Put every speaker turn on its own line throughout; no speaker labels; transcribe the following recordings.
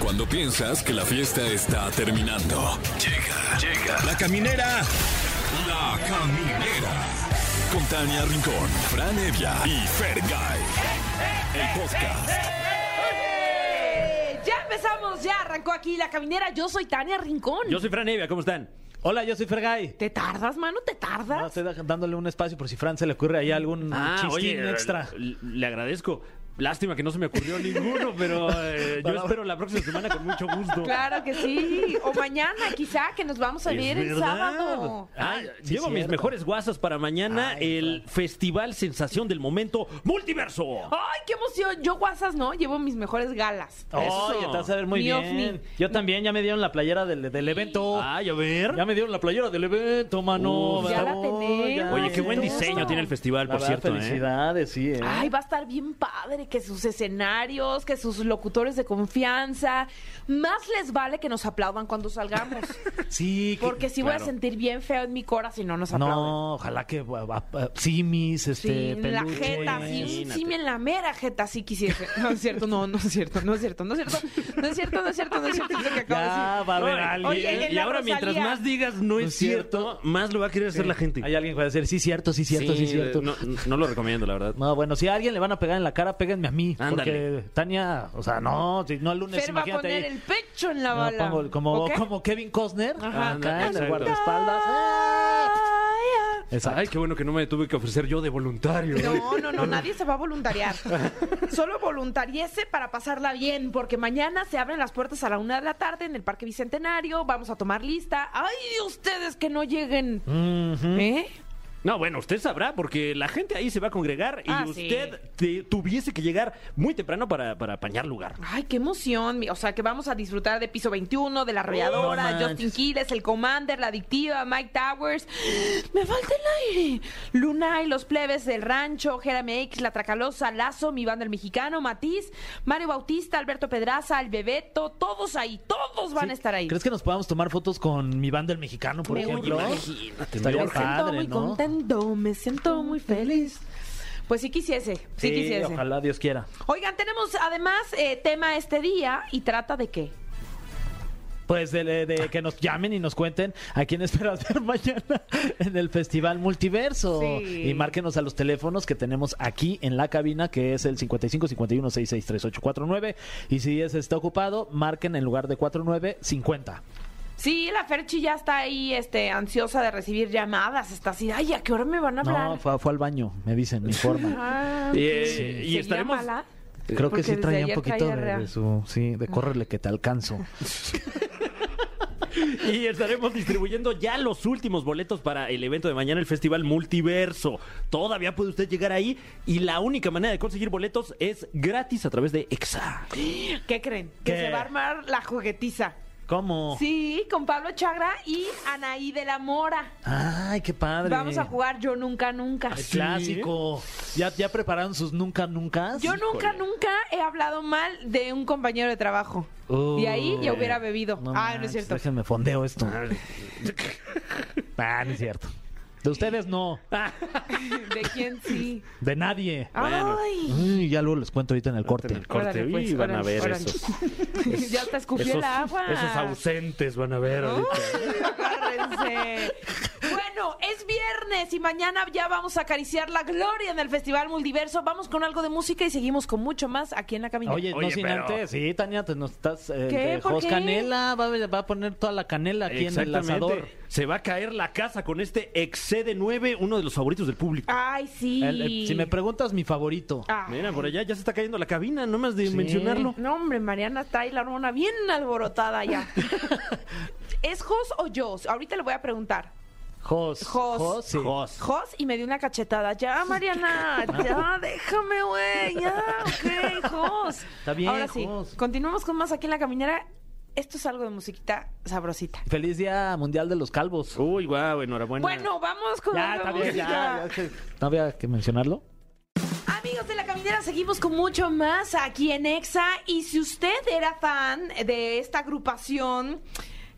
Cuando piensas que la fiesta está terminando. Llega, llega. La caminera. La caminera. Con Tania Rincón, Fran Evia y Fergay. El podcast.
¡Eh! Ya empezamos, ya arrancó aquí la caminera. Yo soy Tania Rincón.
Yo soy Fran Evia, ¿cómo están?
Hola, yo soy Fergay.
¿Te tardas, mano? ¿Te
No,
Ah,
tardas?
estoy da- dándole un espacio por si Fran se le ocurre ahí algún chistín
oye,
extra.
l- Le agradezco. Lástima que no se me ocurrió ninguno, pero eh, yo
Para-
espero la próxima semana con mucho gusto.
Claro que sí. O mañana, quizá, que nos vamos a
Es
ver el
verdad.
sábado.
Ah,
sí,
llevo mis
cierto.
mejores guasas para mañana,
Ay,
el Festival Sensación del Momento Multiverso.
Oh.
¡Ay, qué emoción! Yo guasas, ¿no? Llevo mis mejores galas.
Oye, te vas a ver muy
Mi
bien.
ovni.
Yo también, ya me dieron la playera del, del evento.
Ay, a ver.
Ya me dieron la playera del evento, mano.
Ah. Uf,
ya la
Bravo,
tenemos.
ya.
Oye, qué buen
Ay,
diseño
todo.
tiene el festival,
La
por
verdad,
cierto. ¿eh?
Felicidades, sí, ¿eh?
Ay, va a estar bien padre que sus escenarios, que sus locutores de confianza, más les vale que nos aplaudan cuando salgamos,
sí, que-
porque si voy a
Claro.
sentir bien feo en mi cora si no nos aplauden.
No, ojalá que bu- bu- bu- simis,
Sí,
este,
en la
peluches.
jeta, sí, un
imagínate.
simio en la mera jeta, sí quisiese. No es cierto, no, no es cierto, no es cierto, no es cierto, no es cierto, no es cierto, no es cierto, es lo que acabo de
Ya
decir.
va a haber
Oye,
alguien.
Oye, en
y
la
ahora mientras
Rosalía.
más digas no
No
es
es cierto,
cierto, más lo va a querer hacer la gente.
Hay alguien que va a decir, sí, cierto, sí, cierto, sí,
Sí,
cierto.
No, no lo recomiendo, la verdad.
No, bueno, si a alguien le van a pegar en la cara, péguenme a mí.
Ándale.
Porque Tania, o sea, no, si no el lunes,
Fer va a
imagínate
poner
ahí.
el pecho en la
No,
bala.
pongo- como,
¿Ok?
como Kevin Costner,
Ajá.
acá en el
Exacto.
guardaespaldas. ¡Ah!
Ay, ay.
Exacto.
Ay, qué bueno que no me tuve que ofrecer yo de voluntario.
No, no, no, nadie se va a voluntariar. Solo voluntariese para pasarla bien, porque mañana se abren las puertas a la una de la tarde en el Parque Bicentenario, vamos a tomar lista. ¡Ay, ustedes que no lleguen!
Ujú.
¿Eh?
No, bueno, usted sabrá porque la gente ahí se va a congregar y
Ah, sí.
usted te- tuviese que llegar muy temprano para, para apañar lugar.
Ay, qué emoción. mi- O sea, que vamos a disfrutar de Piso 21, de La Arrolladora,
No manches.
Justin Quiles, El Commander, La Adictiva, Mike Towers. Me falta el aire. Luna y Los Plebes del Rancho, Jeremy X, La Tracalosa, Lazo, Mi Banda el Mexicano, Matiz, Mario Bautista, Alberto Pedraza, El Bebeto. Todos ahí, todos van a estar ahí.
¿Crees que nos podamos tomar fotos con mi banda el mexicano, por
Me
ejemplo?
urge.
Estaría
me siento
padre,
muy
¿no?
contento, me siento muy feliz. Pues sí quisiese, sí,
Sí,
quisiese.
ojalá Dios quiera.
Oigan, tenemos además eh, tema este día y trata de qué.
Pues de, de- de que nos llamen y nos cuenten a quién esperas ver mañana en el Festival Multiverso.
Sí.
Y márquenos a los teléfonos que tenemos aquí en la cabina, que es el 55 51 663849. Y si ese está ocupado, marquen en lugar de 49 50.
Sí, la Ferchi ya está ahí, este, ansiosa de recibir llamadas. Está así, ay, ¿a qué hora me van a hablar?
No, fue, fue al baño, me dicen, me informan.
Ah, ok.
Y, eh, y
¿Seguía
estaremos-
mala?
Creo
Porque
que sí
desde
traía un
ayer
poquito
traía
de,
rea.
de su. Sí, de córrele que te alcanzo.
Y estaremos distribuyendo ya los últimos boletos para el evento de mañana, el Festival Multiverso. Todavía puede usted llegar ahí y la única manera de conseguir boletos es gratis a través de EXA.
¿Qué creen? Que
¿Qué? Oh.
se va a armar la juguetiza.
¿Cómo?
Sí, con Pablo Chagra y Anaí de la Mora.
Ay, qué padre.
Vamos a jugar Yo Nunca Nunca.
El Clásico. ¿Ya, ya prepararon sus nunca, nunca.
Yo nunca, nunca he hablado mal de un compañero de trabajo. y ahí ya
Uh,
hubiera bebido.
No
ah, no es
manches,
cierto.
Déjenme fondeo esto. Ah, no es cierto. De ustedes no,
Ah. ¿De quién sí?
de nadie.
Bueno.
Ay.
Ay, ya luego les cuento ahorita en el corte.
En el corte.
Órale, pues,
Uy, van a
órale,
ver
órale.
esos.
ya te escupió
esos-
el agua.
Esos ausentes van a ver. ahorita.
Ay, agárrense. Bueno, es viernes y mañana ya vamos a acariciar la gloria en el Festival Multiverso. Vamos con algo de música y seguimos con mucho más aquí en la caminera.
Oye, no
Oye,
sin
pero-
antes. Sí, Tania, te nos estás. eh,
¿Qué?
de
¿Por
Jos
qué?
Canela va, a- va a poner toda la canela aquí en el asador.
Se va a caer la casa con este Excede 9, uno de los favoritos del público.
Ay, sí.
El- el- si me preguntas, mi favorito.
Ah.
Mira, por allá ya se está cayendo la cabina, no más de
Sí.
mencionarlo.
No, hombre, Mariana trae la hormona bien alborotada ya. ¿Es Jos o Jos? Ahorita le voy a preguntar.
Jos.
Jos.
sí.
Jos.
Jos y me dio una cachetada. Ya, Mariana, ya, déjame, güey. Ya, ok, Jos.
Está bien,
Ahora sí,
Jos.
continuamos con más aquí en la caminera. Esto es algo de musiquita sabrosita.
Feliz Día Mundial de los Calvos.
Uy, guau, enhorabuena.
Bueno, vamos con
Ya,
algo de
está bien, ya,
música.
ya, sí. ¿No había que mencionarlo?
Amigos de la caminera, seguimos con mucho más aquí en EXA. Y si usted era fan de esta agrupación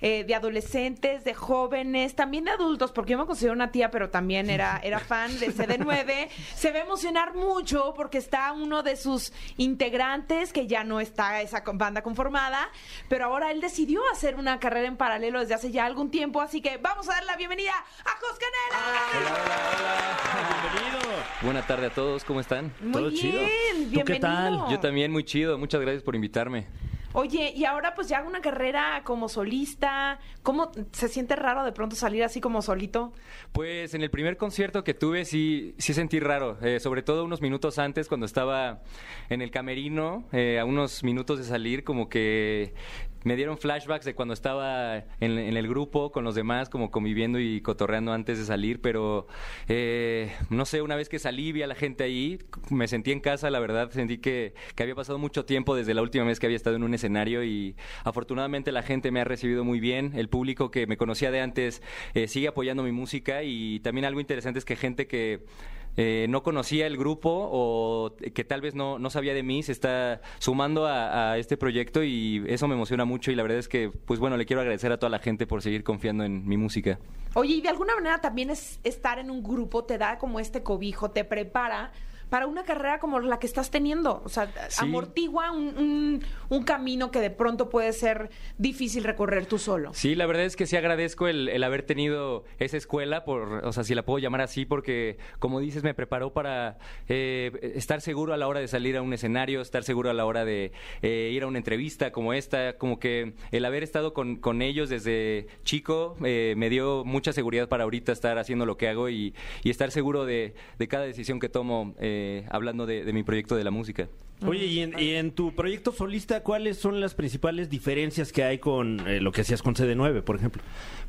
eh, de adolescentes, de jóvenes, también de adultos, porque yo me considero una tía, pero también era, era fan de CD9. Se va a emocionar mucho porque está uno de sus integrantes, que ya no está esa con- banda conformada, pero ahora él decidió hacer una carrera en paralelo desde hace ya algún tiempo, así que vamos a dar la bienvenida a Jos
Ah,
Canela.
Bienvenido.
Buena tarde a todos, ¿cómo están?
Muy
todo
bien,
chido.
bienvenido.
qué tal?
Yo también, muy chido, muchas gracias por invitarme.
Oye, y ahora pues ya una carrera como solista, ¿cómo se siente raro de pronto salir así como solito?
Pues en el primer concierto que tuve sí, sí sentí raro, eh, sobre todo unos minutos antes cuando estaba en el camerino, eh, a unos minutos de salir, como que me dieron flashbacks de cuando estaba en, en el grupo con los demás, como conviviendo y cotorreando antes de salir, pero eh, no sé, una vez que salí vi a la gente ahí, me sentí en casa, la verdad, sentí que, que había pasado mucho tiempo desde la última vez que había estado en un escenario y afortunadamente la gente me ha recibido muy bien, el público que me conocía de antes eh, sigue apoyando mi música y también algo interesante es que gente que eh, no conocía el grupo o que tal vez no, no sabía de mí se está sumando a, a este proyecto y eso me emociona mucho y la verdad es que, pues bueno, le quiero agradecer a toda la gente por seguir confiando en mi música.
Oye, y de alguna manera también es estar en un grupo te da como este cobijo, te prepara para una carrera como la que estás teniendo. O sea,
Sí.
amortigua un, un- un camino que de pronto puede ser difícil recorrer tú solo.
Sí, la verdad es que sí agradezco el, el haber tenido esa escuela, por, o sea, si la puedo llamar así, porque como dices, me preparó para eh, estar seguro a la hora de salir a un escenario, estar seguro a la hora de eh, ir a una entrevista como esta, como que el haber estado con, con ellos desde chico eh, me dio mucha seguridad para ahorita estar haciendo lo que hago y, y estar seguro de, de cada decisión que tomo eh, hablando de- de mi proyecto de la música.
Oye, y en, y en tu proyecto solista, ¿cuáles son las principales diferencias que hay con eh, lo que hacías con CD9, por ejemplo?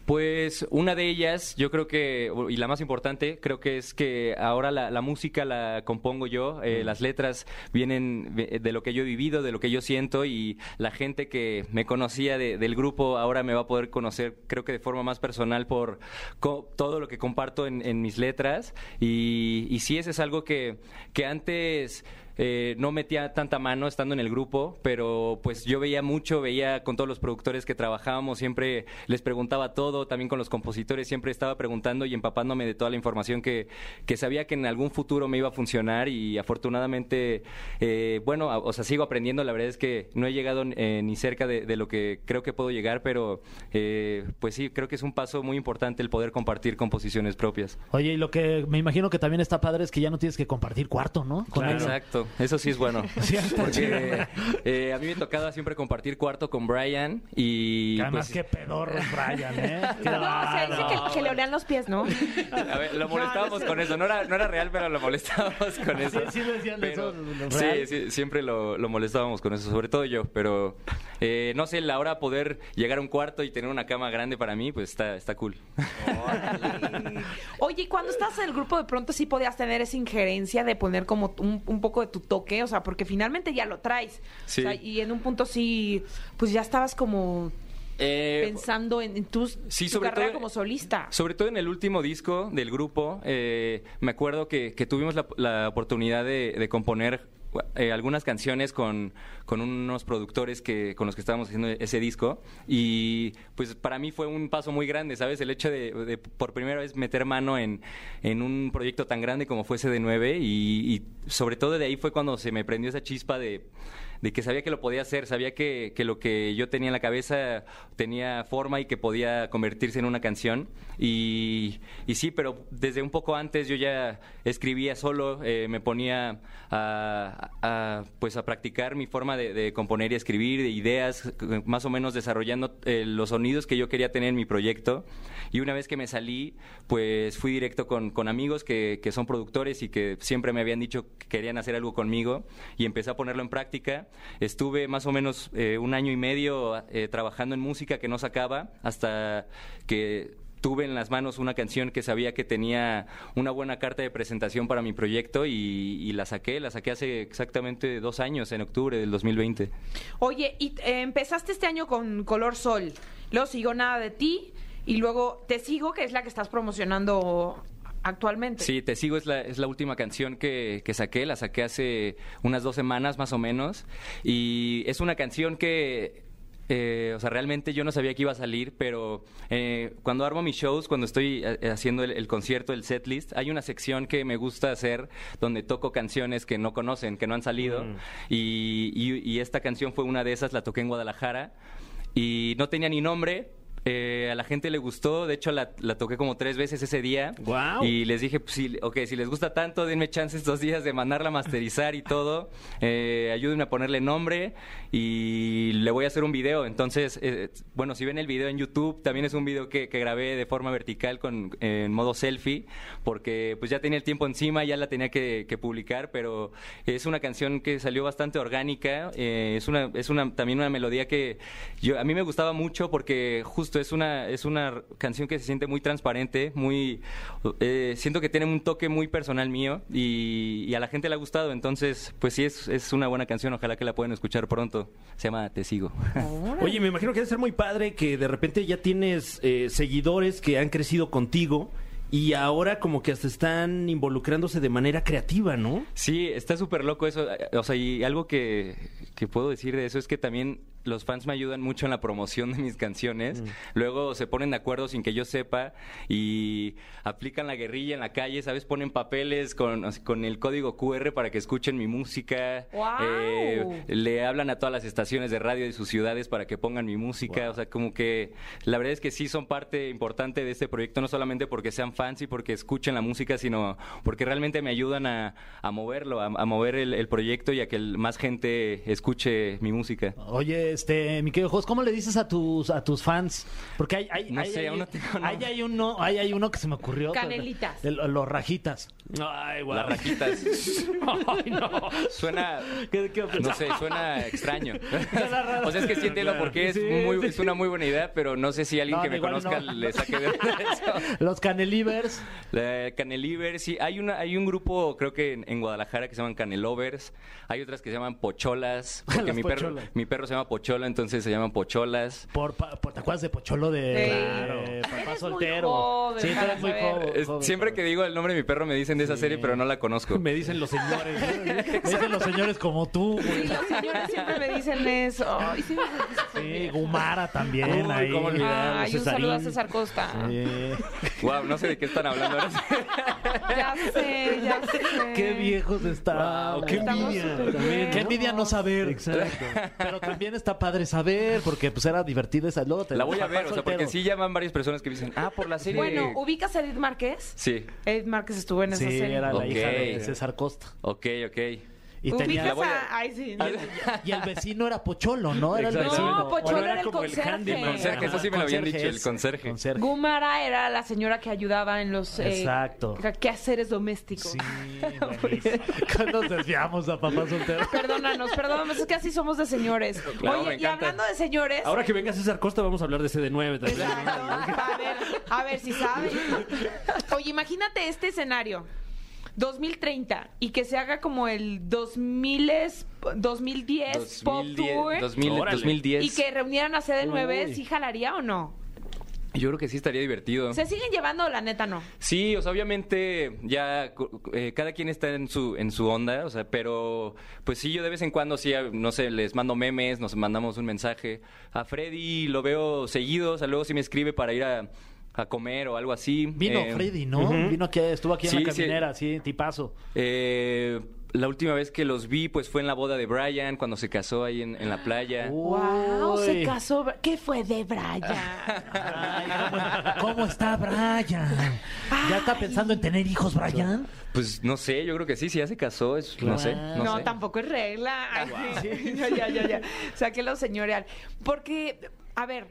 Pues una de ellas, yo creo que, y la más importante, creo que es que ahora la, la música la compongo yo, eh, las letras vienen de de lo que yo he vivido, de lo que yo siento y la gente que me conocía de- del grupo ahora me va a poder conocer, creo que de forma más personal por co- todo lo que comparto en, en mis letras y, y sí, ese es algo que, que antes... Eh, no metía tanta mano estando en el grupo, pero pues yo veía mucho, veía con todos los productores que trabajábamos, siempre les preguntaba todo, también con los compositores siempre estaba preguntando y empapándome de toda la información que, que sabía que en algún futuro me iba a funcionar y afortunadamente, eh, bueno, a- o sea, sigo aprendiendo, la verdad es que no he llegado eh, ni cerca de, de lo que creo que puedo llegar, pero eh, pues sí, creo que es un paso muy importante el poder compartir composiciones propias.
Oye, y lo que me imagino que también está padre es que ya no tienes que compartir cuarto, ¿no? Con
Claro.
alguien.
Exacto, eso sí es bueno.
Sí, está
porque eh, a mí me tocaba siempre compartir cuarto con Brian y...
Que Además,
pues,
qué pedorro, Brian, ¿eh? Qué
No, o sea, dice
bárbaro.
que, que le olean los pies, ¿no?
a ver, lo molestábamos con eso. No era, no era real, pero lo molestábamos con eso.
sí lo decían eso, lo
sí,
real.
sí, siempre lo, lo molestábamos con eso, sobre todo yo. Pero eh, no sé, la hora de poder llegar a un cuarto y tener una cama grande para mí, pues está, está cool.
Oye, ¿y cuando estás en el grupo de pronto sí podías tener esa injerencia de poner como un, un poco de tu toque? O sea, porque finalmente ya lo traes.
Sí.
O sea, y en un punto sí, pues ya estabas como
Eh,
pensando en, en tus,
sí,
tu
sobre
carrera
todo-
como solista.
Sobre todo en el último disco del grupo, eh, me acuerdo que, que tuvimos la, la oportunidad de, de componer eh, algunas canciones con, con unos productores que, con los que estábamos haciendo ese disco y pues para mí fue un paso muy grande, ¿sabes? El hecho de, de por primera vez meter mano en, en un proyecto tan grande como fuese de 9 y, y sobre todo de ahí fue cuando se me prendió esa chispa de, de que sabía que lo podía hacer, sabía que, que lo que yo tenía en la cabeza tenía forma y que podía convertirse en una canción. Y, y sí, pero desde un poco antes yo ya escribía solo, eh, me ponía a, a, pues a practicar mi forma de, de componer y escribir, de ideas, más o menos desarrollando eh, los sonidos que yo quería tener en mi proyecto. Y una vez que me salí, pues fui directo con, con amigos que, que son productores y que siempre me habían dicho que querían hacer algo conmigo y empecé a ponerlo en práctica. Estuve más o menos eh, un año y medio eh, trabajando en música que no sacaba hasta que tuve en las manos una canción que sabía que tenía una buena carta de presentación para mi proyecto y, y la saqué, la saqué hace exactamente dos años, en octubre del 2020.
Oye, y eh, empezaste este año con Color Sol. Luego sigo Nada de ti. Y luego Te Sigo, que es la que estás promocionando actualmente.
Sí, Te Sigo es la, es la última canción que, que saqué, la saqué hace unas dos semanas más o menos. Y es una canción que eh, o sea, realmente yo no sabía que iba a salir, pero eh, cuando armo mis shows, cuando estoy eh, haciendo el, el concierto, el setlist, hay una sección que me gusta hacer donde toco canciones que no conocen, que no han salido. Y, y- y esta canción fue una de esas, la toqué en Guadalajara. Y no tenía ni nombre. eh, a la gente le gustó, de hecho la, la toqué como tres veces ese día.
Guau.
Y les dije, pues, si, ok, si les gusta tanto, denme chance estos días de mandarla a masterizar y todo. Eh, ayúdenme a ponerle nombre y le voy a hacer un video. Entonces, eh, bueno, si ven el video en YouTube, también es un video que, que grabé de forma vertical con, eh, en modo selfie, porque pues ya tenía el tiempo encima, ya la tenía que, que publicar, pero es una canción que salió bastante orgánica. eh, es una, es una, también una melodía que yo, a mí me gustaba mucho porque justo es una, es una canción que se siente muy transparente, muy, eh, siento que tiene un toque muy personal mío y, y a la gente le ha gustado, entonces pues sí es, es una buena canción, ojalá que la puedan escuchar pronto. Se llama Te sigo.
Oye, me imagino que debe ser muy padre que de repente ya tienes eh, seguidores que han crecido contigo y ahora como que hasta están involucrándose de manera creativa, ¿no?
Sí, está súper loco eso. Eh, O sea, y algo que, que puedo decir de eso es que también los fans me ayudan mucho en la promoción de mis canciones. Luego se ponen de acuerdo sin que yo sepa y aplican la guerrilla en la calle, ¿sabes? Ponen papeles con, con el código QR para que escuchen mi música. Eh,
¡Guau!
le hablan a todas las estaciones de radio de sus ciudades para que pongan mi música. O sea, como que la verdad es que sí son parte importante de este proyecto, no solamente porque sean fans y porque escuchen la música, sino porque realmente me ayudan a, a moverlo, a, a mover el, el proyecto y a que el- más gente escuche mi música.
Oye, este, mi querido Jos, ¿cómo le dices a tus a tus fans? Porque hay, hay,
No
hay,
sé,
hay,
aún no tengo
hay-
nombre.
hay uno, hay, hay uno que se me ocurrió. pero-
Canelitas.
de lo- los rajitas.
Ay,
Las rajitas. Suena.
¿Qué- qué
no sé, suena extraño.
Suena raro.
o sea, es que sí entiendo
Claro.
por qué es,
Sí,
muy,
sí.
es una muy buena idea, pero no sé si alguien
No,
que me
igual no.
conozca le saque de eso.
Los canelivers.
La Caneliver, sí, hay una, hay un grupo, creo que en, en Guadalajara que se llaman Canelovers, hay otras que se llaman Pocholas, porque
Las
mi perro,
pocholas.
mi perro se llama Pochola, entonces se llaman Pocholas.
Por, pa- por- ¿Te acuerdas de Pocholo de,
Sí.
claro,
Eres
papá
muy
soltero?
joven
sí, tú
para
eres muy
saber.
joven.
Es-
joven,
siempre que
joven.
digo el nombre de mi perro me dicen de esa serie, pero no la conozco.
Me dicen los señores.
Me Dicen los señores como tú,
Sí,
güey.
los señores siempre me dicen eso. Ay, sí,
Sí, Gumara también.
Uy,
ahí.
cómo olvidar,
Ay, un saludo a César Costa.
Sí.
Wow, no sé de qué están hablando ahora. sí.
Ya sé, ya sé.
Qué viejos están.
Guau, qué
Estamos
envidia.
súper
Qué
viejos.
envidia no saber. Exacto. Pero también está padre saber, porque pues era divertida esa lota.
La voy a
Papá
ver, o sea, porque
soltero.
sí llaman varias personas que me dicen, ah, por la serie.
Bueno, ¿ubicas a Edith Márquez?
Sí,
Edith Márquez estuvo en esa
Sí,
serie.
era la
Ok.
hija de César Costa.
ok, ok.
Y
¿Ubicas
tenía...
La voy a-
a... Ay, sí.
Y el vecino era Pocholo, ¿no? Era el
Exacto.
vecino.
No, Pocholo
Bueno,
era,
era
el
como el
conserje.
handyman.
Conserje, eso sí me lo habían
Conserje
dicho, el
es-
conserje.
Gumara era la señora que ayudaba en los eh,
Exacto.
quehaceres domésticos.
Sí, buenísimo. Nos desviamos a papá soltero.
Perdónanos, perdónanos, es que así somos de señores.
Claro, me
Oye, y
encanta.
hablando de señores.
Ahora que venga César Costa vamos a hablar de CD9 también.
Exacto. A ver, a ver si saben. Oye, imagínate este escenario. 2030 y que se haga como el 2000 es- 2010, Pop
2010,
Tour
2000,
Órale.
2010.
y que reunieran a CD9,
Uy.
¿sí jalaría o no?
Yo creo que sí estaría divertido.
¿Se siguen llevando o la neta no?
Sí, o sea, obviamente ya cu- eh, cada quien está en su en su onda, o sea, pero pues sí, yo de vez en cuando sí, a- no sé, les mando memes, nos mandamos un mensaje. A Freddy lo veo seguido, o sea, luego sí me escribe para ir a, a comer o algo así.
Vino
Eh,
Freddy, ¿no? Vino aquí, estuvo aquí en
Sí,
la
sí.
caminera, sí, tipazo.
eh, la última vez que los vi, pues fue en la boda de Brian, cuando se casó ahí en, en la playa.
Oh.
Wow, se
Uy.
casó. Bra- ¿Qué fue de Brian?
Ay, ¿cómo, cómo está Brian? ¿Ya está pensando en tener hijos, Brian?
Pues no sé, yo creo que sí, si ya se casó, es, no sé. No,
No,
sé. Ah,
tampoco es regla. Ay, sí. Ya, ya, ya, ya. Sáquelo señorial. Porque, a ver,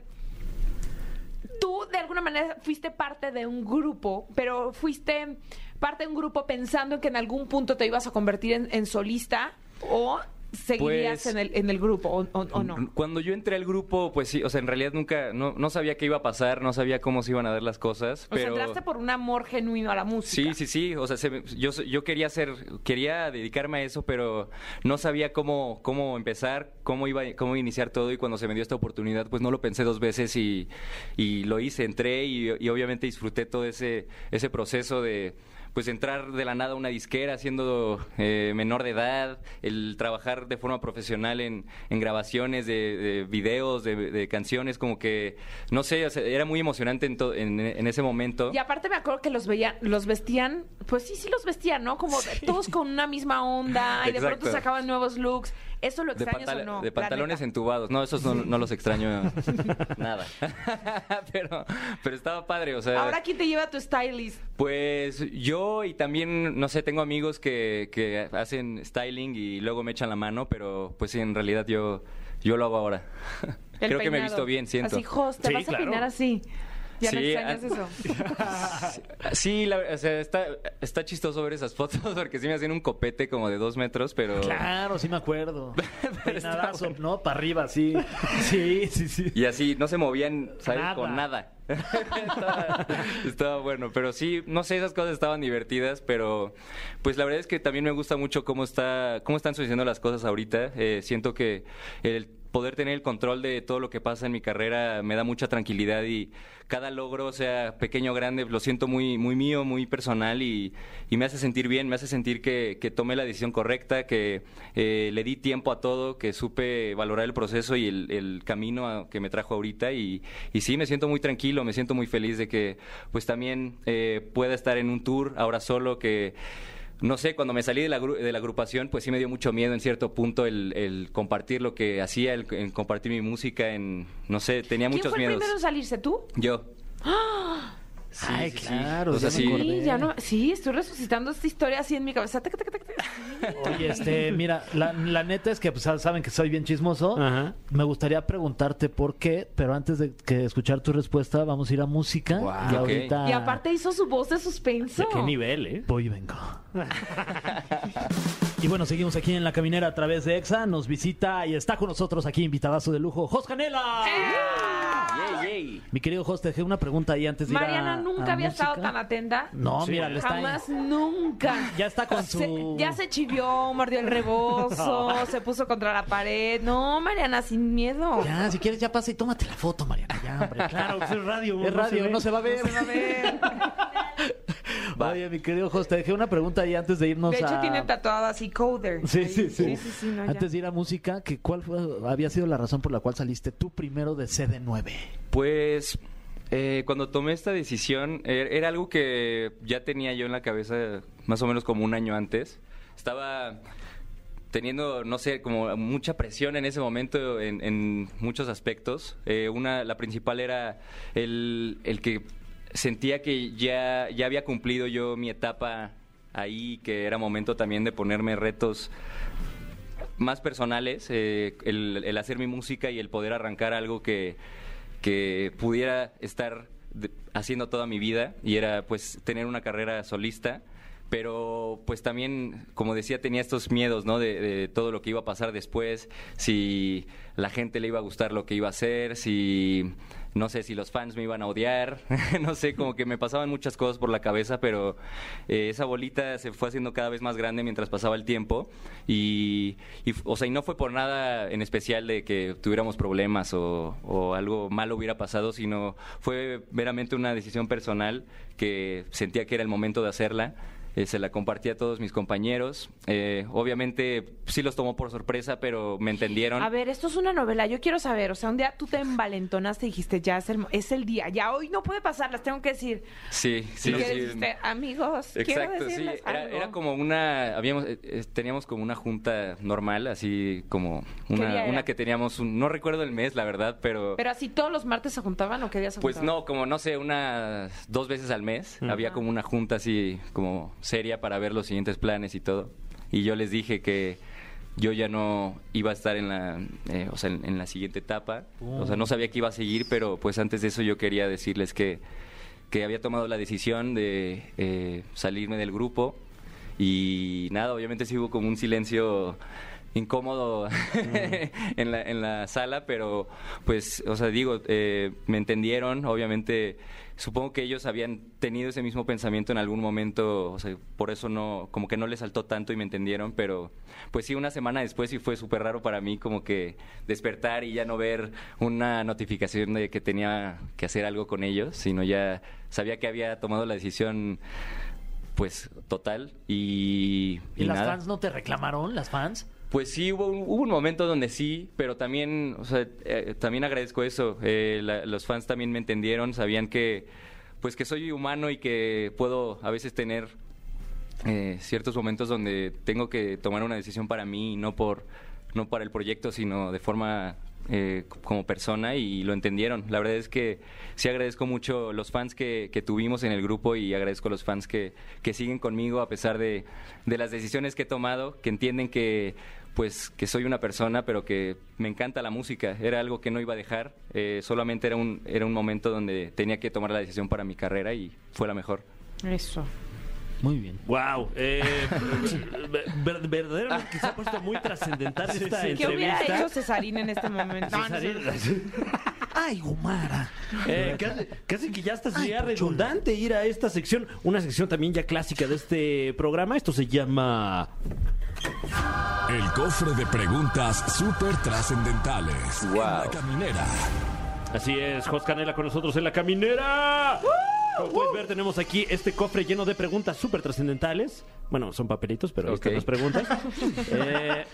tú de alguna manera fuiste parte de un grupo, pero fuiste parte de un grupo pensando en que en algún punto te ibas a convertir en, en solista o seguirías
Pues-
en, el, en el grupo o, o- o no.
Cuando yo entré al grupo, pues sí, o sea, en realidad nunca, no, no sabía qué iba a pasar, no sabía cómo se iban a dar las cosas,
O sea,
pero...
entraste por un amor genuino a la música.
Sí, sí, sí, o sea, se me- yo, yo quería hacer, quería dedicarme a eso, pero no sabía cómo, cómo empezar, cómo iba, cómo iniciar todo y cuando se me dio esta oportunidad, pues no lo pensé dos veces y, y lo hice, entré y, y obviamente disfruté todo ese, ese proceso de pues entrar de la nada a una disquera siendo eh, menor de edad, el trabajar de forma profesional en, en grabaciones de, de videos, de, de canciones, como que, no sé, o sea, era muy emocionante en, to- en- en ese momento.
Y aparte me acuerdo que los veían, los vestían, pues sí, sí los vestían, ¿no? Como todos con una misma onda y de
Exacto.
pronto sacaban nuevos looks. ¿Eso lo
De,
extrañas
pantala-
o no?
de
La
pantalones
neta.
entubados. No, esos no, no los extraño nada. pero, pero estaba padre, o sea.
Ahora, ¿quién te lleva tu stylist?
Pues yo y también, no sé, tengo amigos que, que hacen styling y luego me echan la mano, pero pues en realidad yo, yo lo hago ahora.
El
Creo que me he
peinado.
visto bien, siento.
Así, Jos, te
Sí,
vas a
claro.
peinar así. Ya no
Sí,
extrañas
ah.
eso.
Sí, la- o sea, está, está chistoso ver esas fotos porque sí me hacen un copete como de dos metros, pero...
Claro, sí me acuerdo. Peinadazo, ¿no? Para arriba, sí. Sí, sí, sí.
Y así no se movían, ¿sabes?
Nada.
Con nada. estaba, estaba bueno, pero sí, no sé, esas cosas estaban divertidas, pero pues la verdad es que también me gusta mucho cómo está cómo están sucediendo las cosas ahorita. Eh, siento que el poder tener el control de todo lo que pasa en mi carrera me da mucha tranquilidad y cada logro, sea pequeño o grande, lo siento muy muy mío, muy personal y, y me hace sentir bien, me hace sentir que, que tomé la decisión correcta, que eh, le di tiempo a todo, que supe valorar el proceso y el, el camino a- que me trajo ahorita y, y sí, me siento muy tranquilo, me siento muy feliz de que pues también eh, pueda estar en un tour ahora solo, que no sé, cuando me salí de la, agru- de la agrupación pues sí me dio mucho miedo en cierto punto el, el compartir lo que hacía, el, el compartir mi música, en no sé, tenía
¿Quién
muchos
fue el
miedos.
primero en salirse? ¿Tú?
Yo.
Ay, claro,
O sea,
ya me
sí.
acordé.
Sí, ya no. Sí, estoy resucitando esta historia así en mi cabeza. Tac, tac, tac, tac.
Oye, este, mira, la, la neta es que pues, saben que soy bien chismoso.
Ajá.
Me gustaría preguntarte por qué, pero antes de que escuchar tu respuesta, vamos a ir a música.
Wow.
y
Ok.
ahorita.
Y aparte hizo su voz de suspenso.
Ah. ¿Qué nivel, eh?
Voy y vengo. Y bueno, seguimos aquí en la caminera a través de EXA. Nos visita y está con nosotros aquí, invitadazo de lujo, Jos Canela. Mi querido Jos, te dejé una pregunta ahí
Pues
antes de ir a-
Mariana nunca
a
había estado
música.
tan atenta.
No, mira, le está.
Jamás, nunca.
Ya está con
Se-
su-
ya se chivió, mordió el rebozo, se puso contra la pared. No, Mariana, sin miedo.
Ya, si quieres, ya pasa y tómate la foto, Mariana. Ya, hombre.
Claro, pues es radio.
Es radio, no se va a ver.
A ver.
Oye, mi querido Jos, te dejé una pregunta ahí antes de irnos
De
a...
hecho, tiene tatuado así coder.
Sí,
Ahí.
sí, sí.
Sí, sí, sí, no, ya.
Antes de ir a música, que ¿cuál fue- había sido la razón por la cual saliste tú primero de CD9?
Pues eh, cuando tomé esta decisión er- era algo que ya tenía yo en la cabeza más o menos como un año antes. Estaba teniendo, no sé, como mucha presión en ese momento en, en muchos aspectos. Eh, una, la principal era el, el que sentía que ya, ya había cumplido yo mi etapa ahí, que era momento también de ponerme retos más personales, eh, el, el hacer mi música y el poder arrancar algo que, que pudiera estar de- haciendo toda mi vida y era pues tener una carrera solista. Pero pues también, como decía, tenía estos miedos, ¿no? De, de todo lo que iba a pasar después, si la gente le iba a gustar lo que iba a hacer, si, no sé, si los fans me iban a odiar, no sé, como que me pasaban muchas cosas por la cabeza, pero eh, esa bolita se fue haciendo cada vez más grande mientras pasaba el tiempo y, y, o sea, y no fue por nada en especial de que tuviéramos problemas o, o algo malo hubiera pasado, sino fue meramente una decisión personal que sentía que era el momento de hacerla. Eh, se la compartí a todos mis compañeros. Eh, obviamente sí los tomó por sorpresa, pero me entendieron.
A ver, esto es una novela, yo quiero saber, o sea, un día tú te envalentonaste y dijiste, ya es el, mo- es el día, ya hoy no puede pasar, las tengo que decir.
sí, sí,
y que
sí.
dijiste, amigos, quiero
Exacto, sí.
decirles
Era,
algo".
era como una. Habíamos, eh, eh, teníamos como una junta normal, así como
día
una,
era?
una que teníamos. un- no recuerdo el mes, la verdad, pero.
Pero así todos los martes se juntaban o qué día se
pues
juntaban?
no, como no sé, unas dos veces al mes. Había como una junta así, como seria para ver los siguientes planes y todo. Y yo les dije que yo ya no iba a estar en la, eh, o sea, en, en la siguiente etapa. O sea, no sabía que iba a seguir, pero pues antes de eso yo quería decirles que, que había tomado la decisión de eh, salirme del grupo. Y nada, obviamente sí hubo como un silencio incómodo en, la, en la sala, pero pues, o sea, digo, eh, me entendieron, obviamente, supongo que ellos habían tenido ese mismo pensamiento en algún momento, o sea, por eso no, como que no les saltó tanto y me entendieron, pero pues sí, una semana después sí fue súper raro para mí como que despertar y ya no ver una notificación de que tenía que hacer algo con ellos, sino ya sabía que había tomado la decisión pues total. Y,
¿Y, las
nada.
fans no te reclamaron? ¿Las fans?
Pues sí, hubo un, hubo un momento donde sí, pero también, o sea, eh, también agradezco eso. Eh, la- los fans también me entendieron, sabían que, pues que soy humano y que puedo a veces tener eh, ciertos momentos donde tengo que tomar una decisión para mí y no por, no para el proyecto, sino de forma eh, c- como persona y lo entendieron. La verdad es que sí agradezco mucho los fans que, que tuvimos en el grupo y agradezco a los fans que, que siguen conmigo a pesar de, de las decisiones que he tomado, que entienden que pues que soy una persona, pero que me encanta la música. Era algo que no iba a dejar. eh, solamente era un, era un momento donde tenía que tomar la decisión para mi carrera y fue la mejor.
Eso.
Muy bien.
Wow, eh, verdaderamente se ha puesto muy trascendental esta
¿Qué hubiera
entrevista.
hecho Cesarín en este momento? No, no sé.
¡Ay, Gomara!
Eh, casi, casi que ya hasta sería redundante ir a esta sección, una sección también ya clásica de este programa. Esto se llama
El cofre de preguntas súper trascendentales. en La
Wow.
caminera.
Así es, Jos Canela con nosotros en la caminera. Como puedes ver, tenemos aquí este cofre lleno de preguntas súper trascendentales. Bueno, son papelitos, pero ahí están
Ok.
las preguntas. Eh,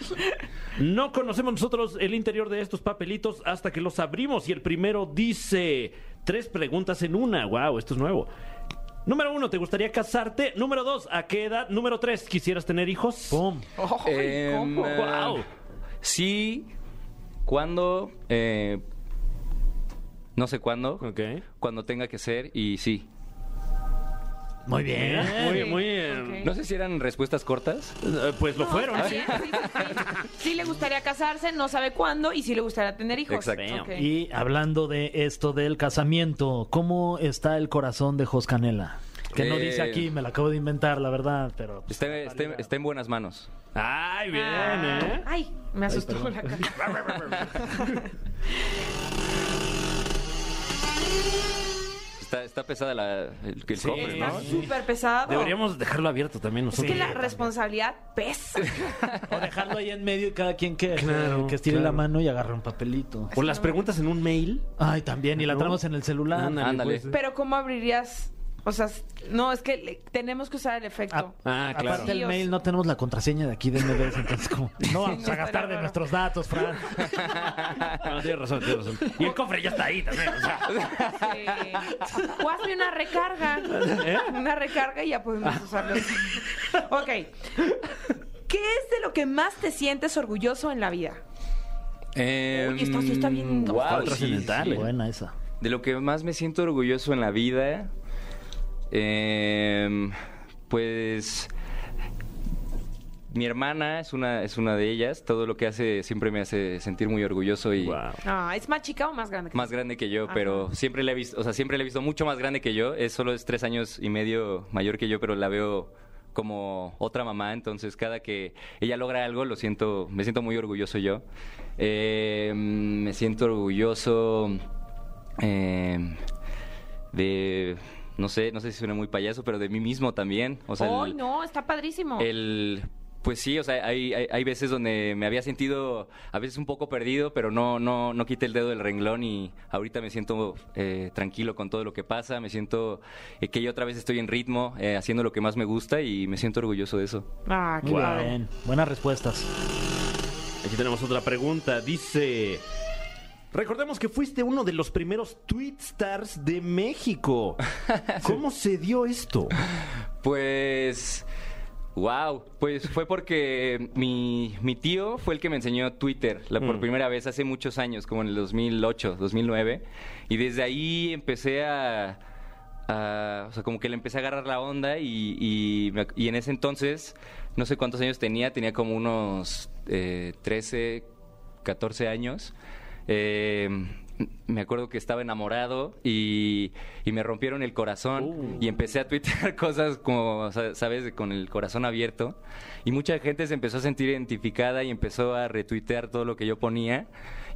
no conocemos nosotros el interior de estos papelitos hasta que los abrimos. Y el primero dice: Tres preguntas en una. ¡Wow! Esto es nuevo. Número uno, ¿te gustaría casarte? Número dos, ¿a qué edad? Número tres, ¿quisieras tener hijos?
¡Pum!
Ay, ¿cómo?
Em, eh,
Guau.
Sí, cuando, eh, no sé cuándo,
Ok.
cuando tenga que ser y sí.
Muy bien.
Muy, muy. eh,
Ok.
No sé si eran respuestas cortas.
eh, Pues lo fueron.
Así es, Ah, sí, sí, sí. Sí le gustaría casarse, no sabe cuándo y sí le gustaría tener hijos.
Exacto.
Ok.
Y hablando de esto del casamiento, ¿cómo está el corazón de Jos Canela? Que no
Eh.
dice aquí, me la acabo de inventar, la verdad, pero... pues,
Está, está- está en buenas manos.
Ay, bien, ¿eh?
Ah, Ay, me asustó la cara.
Está, está pesada la, el, el
Sí,
cofre, ¿no?
Está súper pesado.
Deberíamos dejarlo abierto también
Es
nosotros.
que la responsabilidad pesa.
O dejarlo ahí en medio y cada quien que,
Claro,
que estire la
claro.
mano y agarre un papelito.
O las preguntas en un mail.
Ay, también, y la
No.
traemos en el celular.
Ándale,
pues.
pues.
Pero ¿cómo abrirías? O sea, no, es que le- tenemos que usar el efecto.
A-
Ah, claro.
Aparte el mail, no tenemos la contraseña de aquí de MBS, entonces como... No vamos a
estaría
gastar de
raro.
nuestros datos, Fran.
Ah, tienes razón, tienes razón. Y el cofre ya está ahí también. o sea.
Sí. O hazme una recarga.
¿Eh?
Una recarga y ya podemos usarlo. Ok. ¿Qué es de lo que más te sientes orgulloso en la vida?
Em,
Oye, esto sí está bien-
guau,
Está
sí,
trascendental,
sí.
eh.
Buena esa.
De lo que más me siento orgulloso en la vida, em, pues mi hermana es una, es una de ellas. Todo lo que hace siempre me hace sentir muy orgulloso y
Guau.
Ah, ¿Es más chica o más grande? que
más
tú?
grande que yo, pero siempre la he visto, o sea, siempre la he visto mucho más grande que yo. Es solo es tres años y medio mayor que yo, pero la veo como otra mamá. Entonces, cada que ella logra algo, lo siento, me siento muy orgulloso yo. Eh, mm, me siento orgulloso eh, de, no sé, no sé si suena muy payaso, pero de mí mismo también. O sea,
Ay,
el-
no, está padrísimo.
el pues sí, o sea, hay, hay, hay veces donde me había sentido a veces un poco perdido, pero no, no, no quité el dedo del renglón y ahorita me siento eh, tranquilo con todo lo que pasa, me siento eh, que yo otra vez estoy en ritmo, eh, haciendo lo que más me gusta y me siento orgulloso de eso.
Ah, qué
Muy
padre.
bien. Buenas respuestas.
Aquí tenemos otra pregunta. Dice. Recordemos que fuiste uno de los primeros tweet stars de México. ¿Cómo se dio esto?
Pues. Wow, pues fue porque mi, mi tío fue el que me enseñó Twitter la, por primera vez hace muchos años, como en el 2008, 2009. Y desde ahí empecé a. a- o sea, como que le empecé a agarrar la onda. Y, y me ac- y en ese entonces, no sé cuántos años tenía, tenía como unos eh, 13, 14 años. Eh, me acuerdo que estaba enamorado y, y me rompieron el corazón
Uh.
y empecé a tuitear cosas como, sa- sabes, de- con el corazón abierto. Y mucha gente se empezó a sentir identificada y empezó a retuitear todo lo que yo ponía.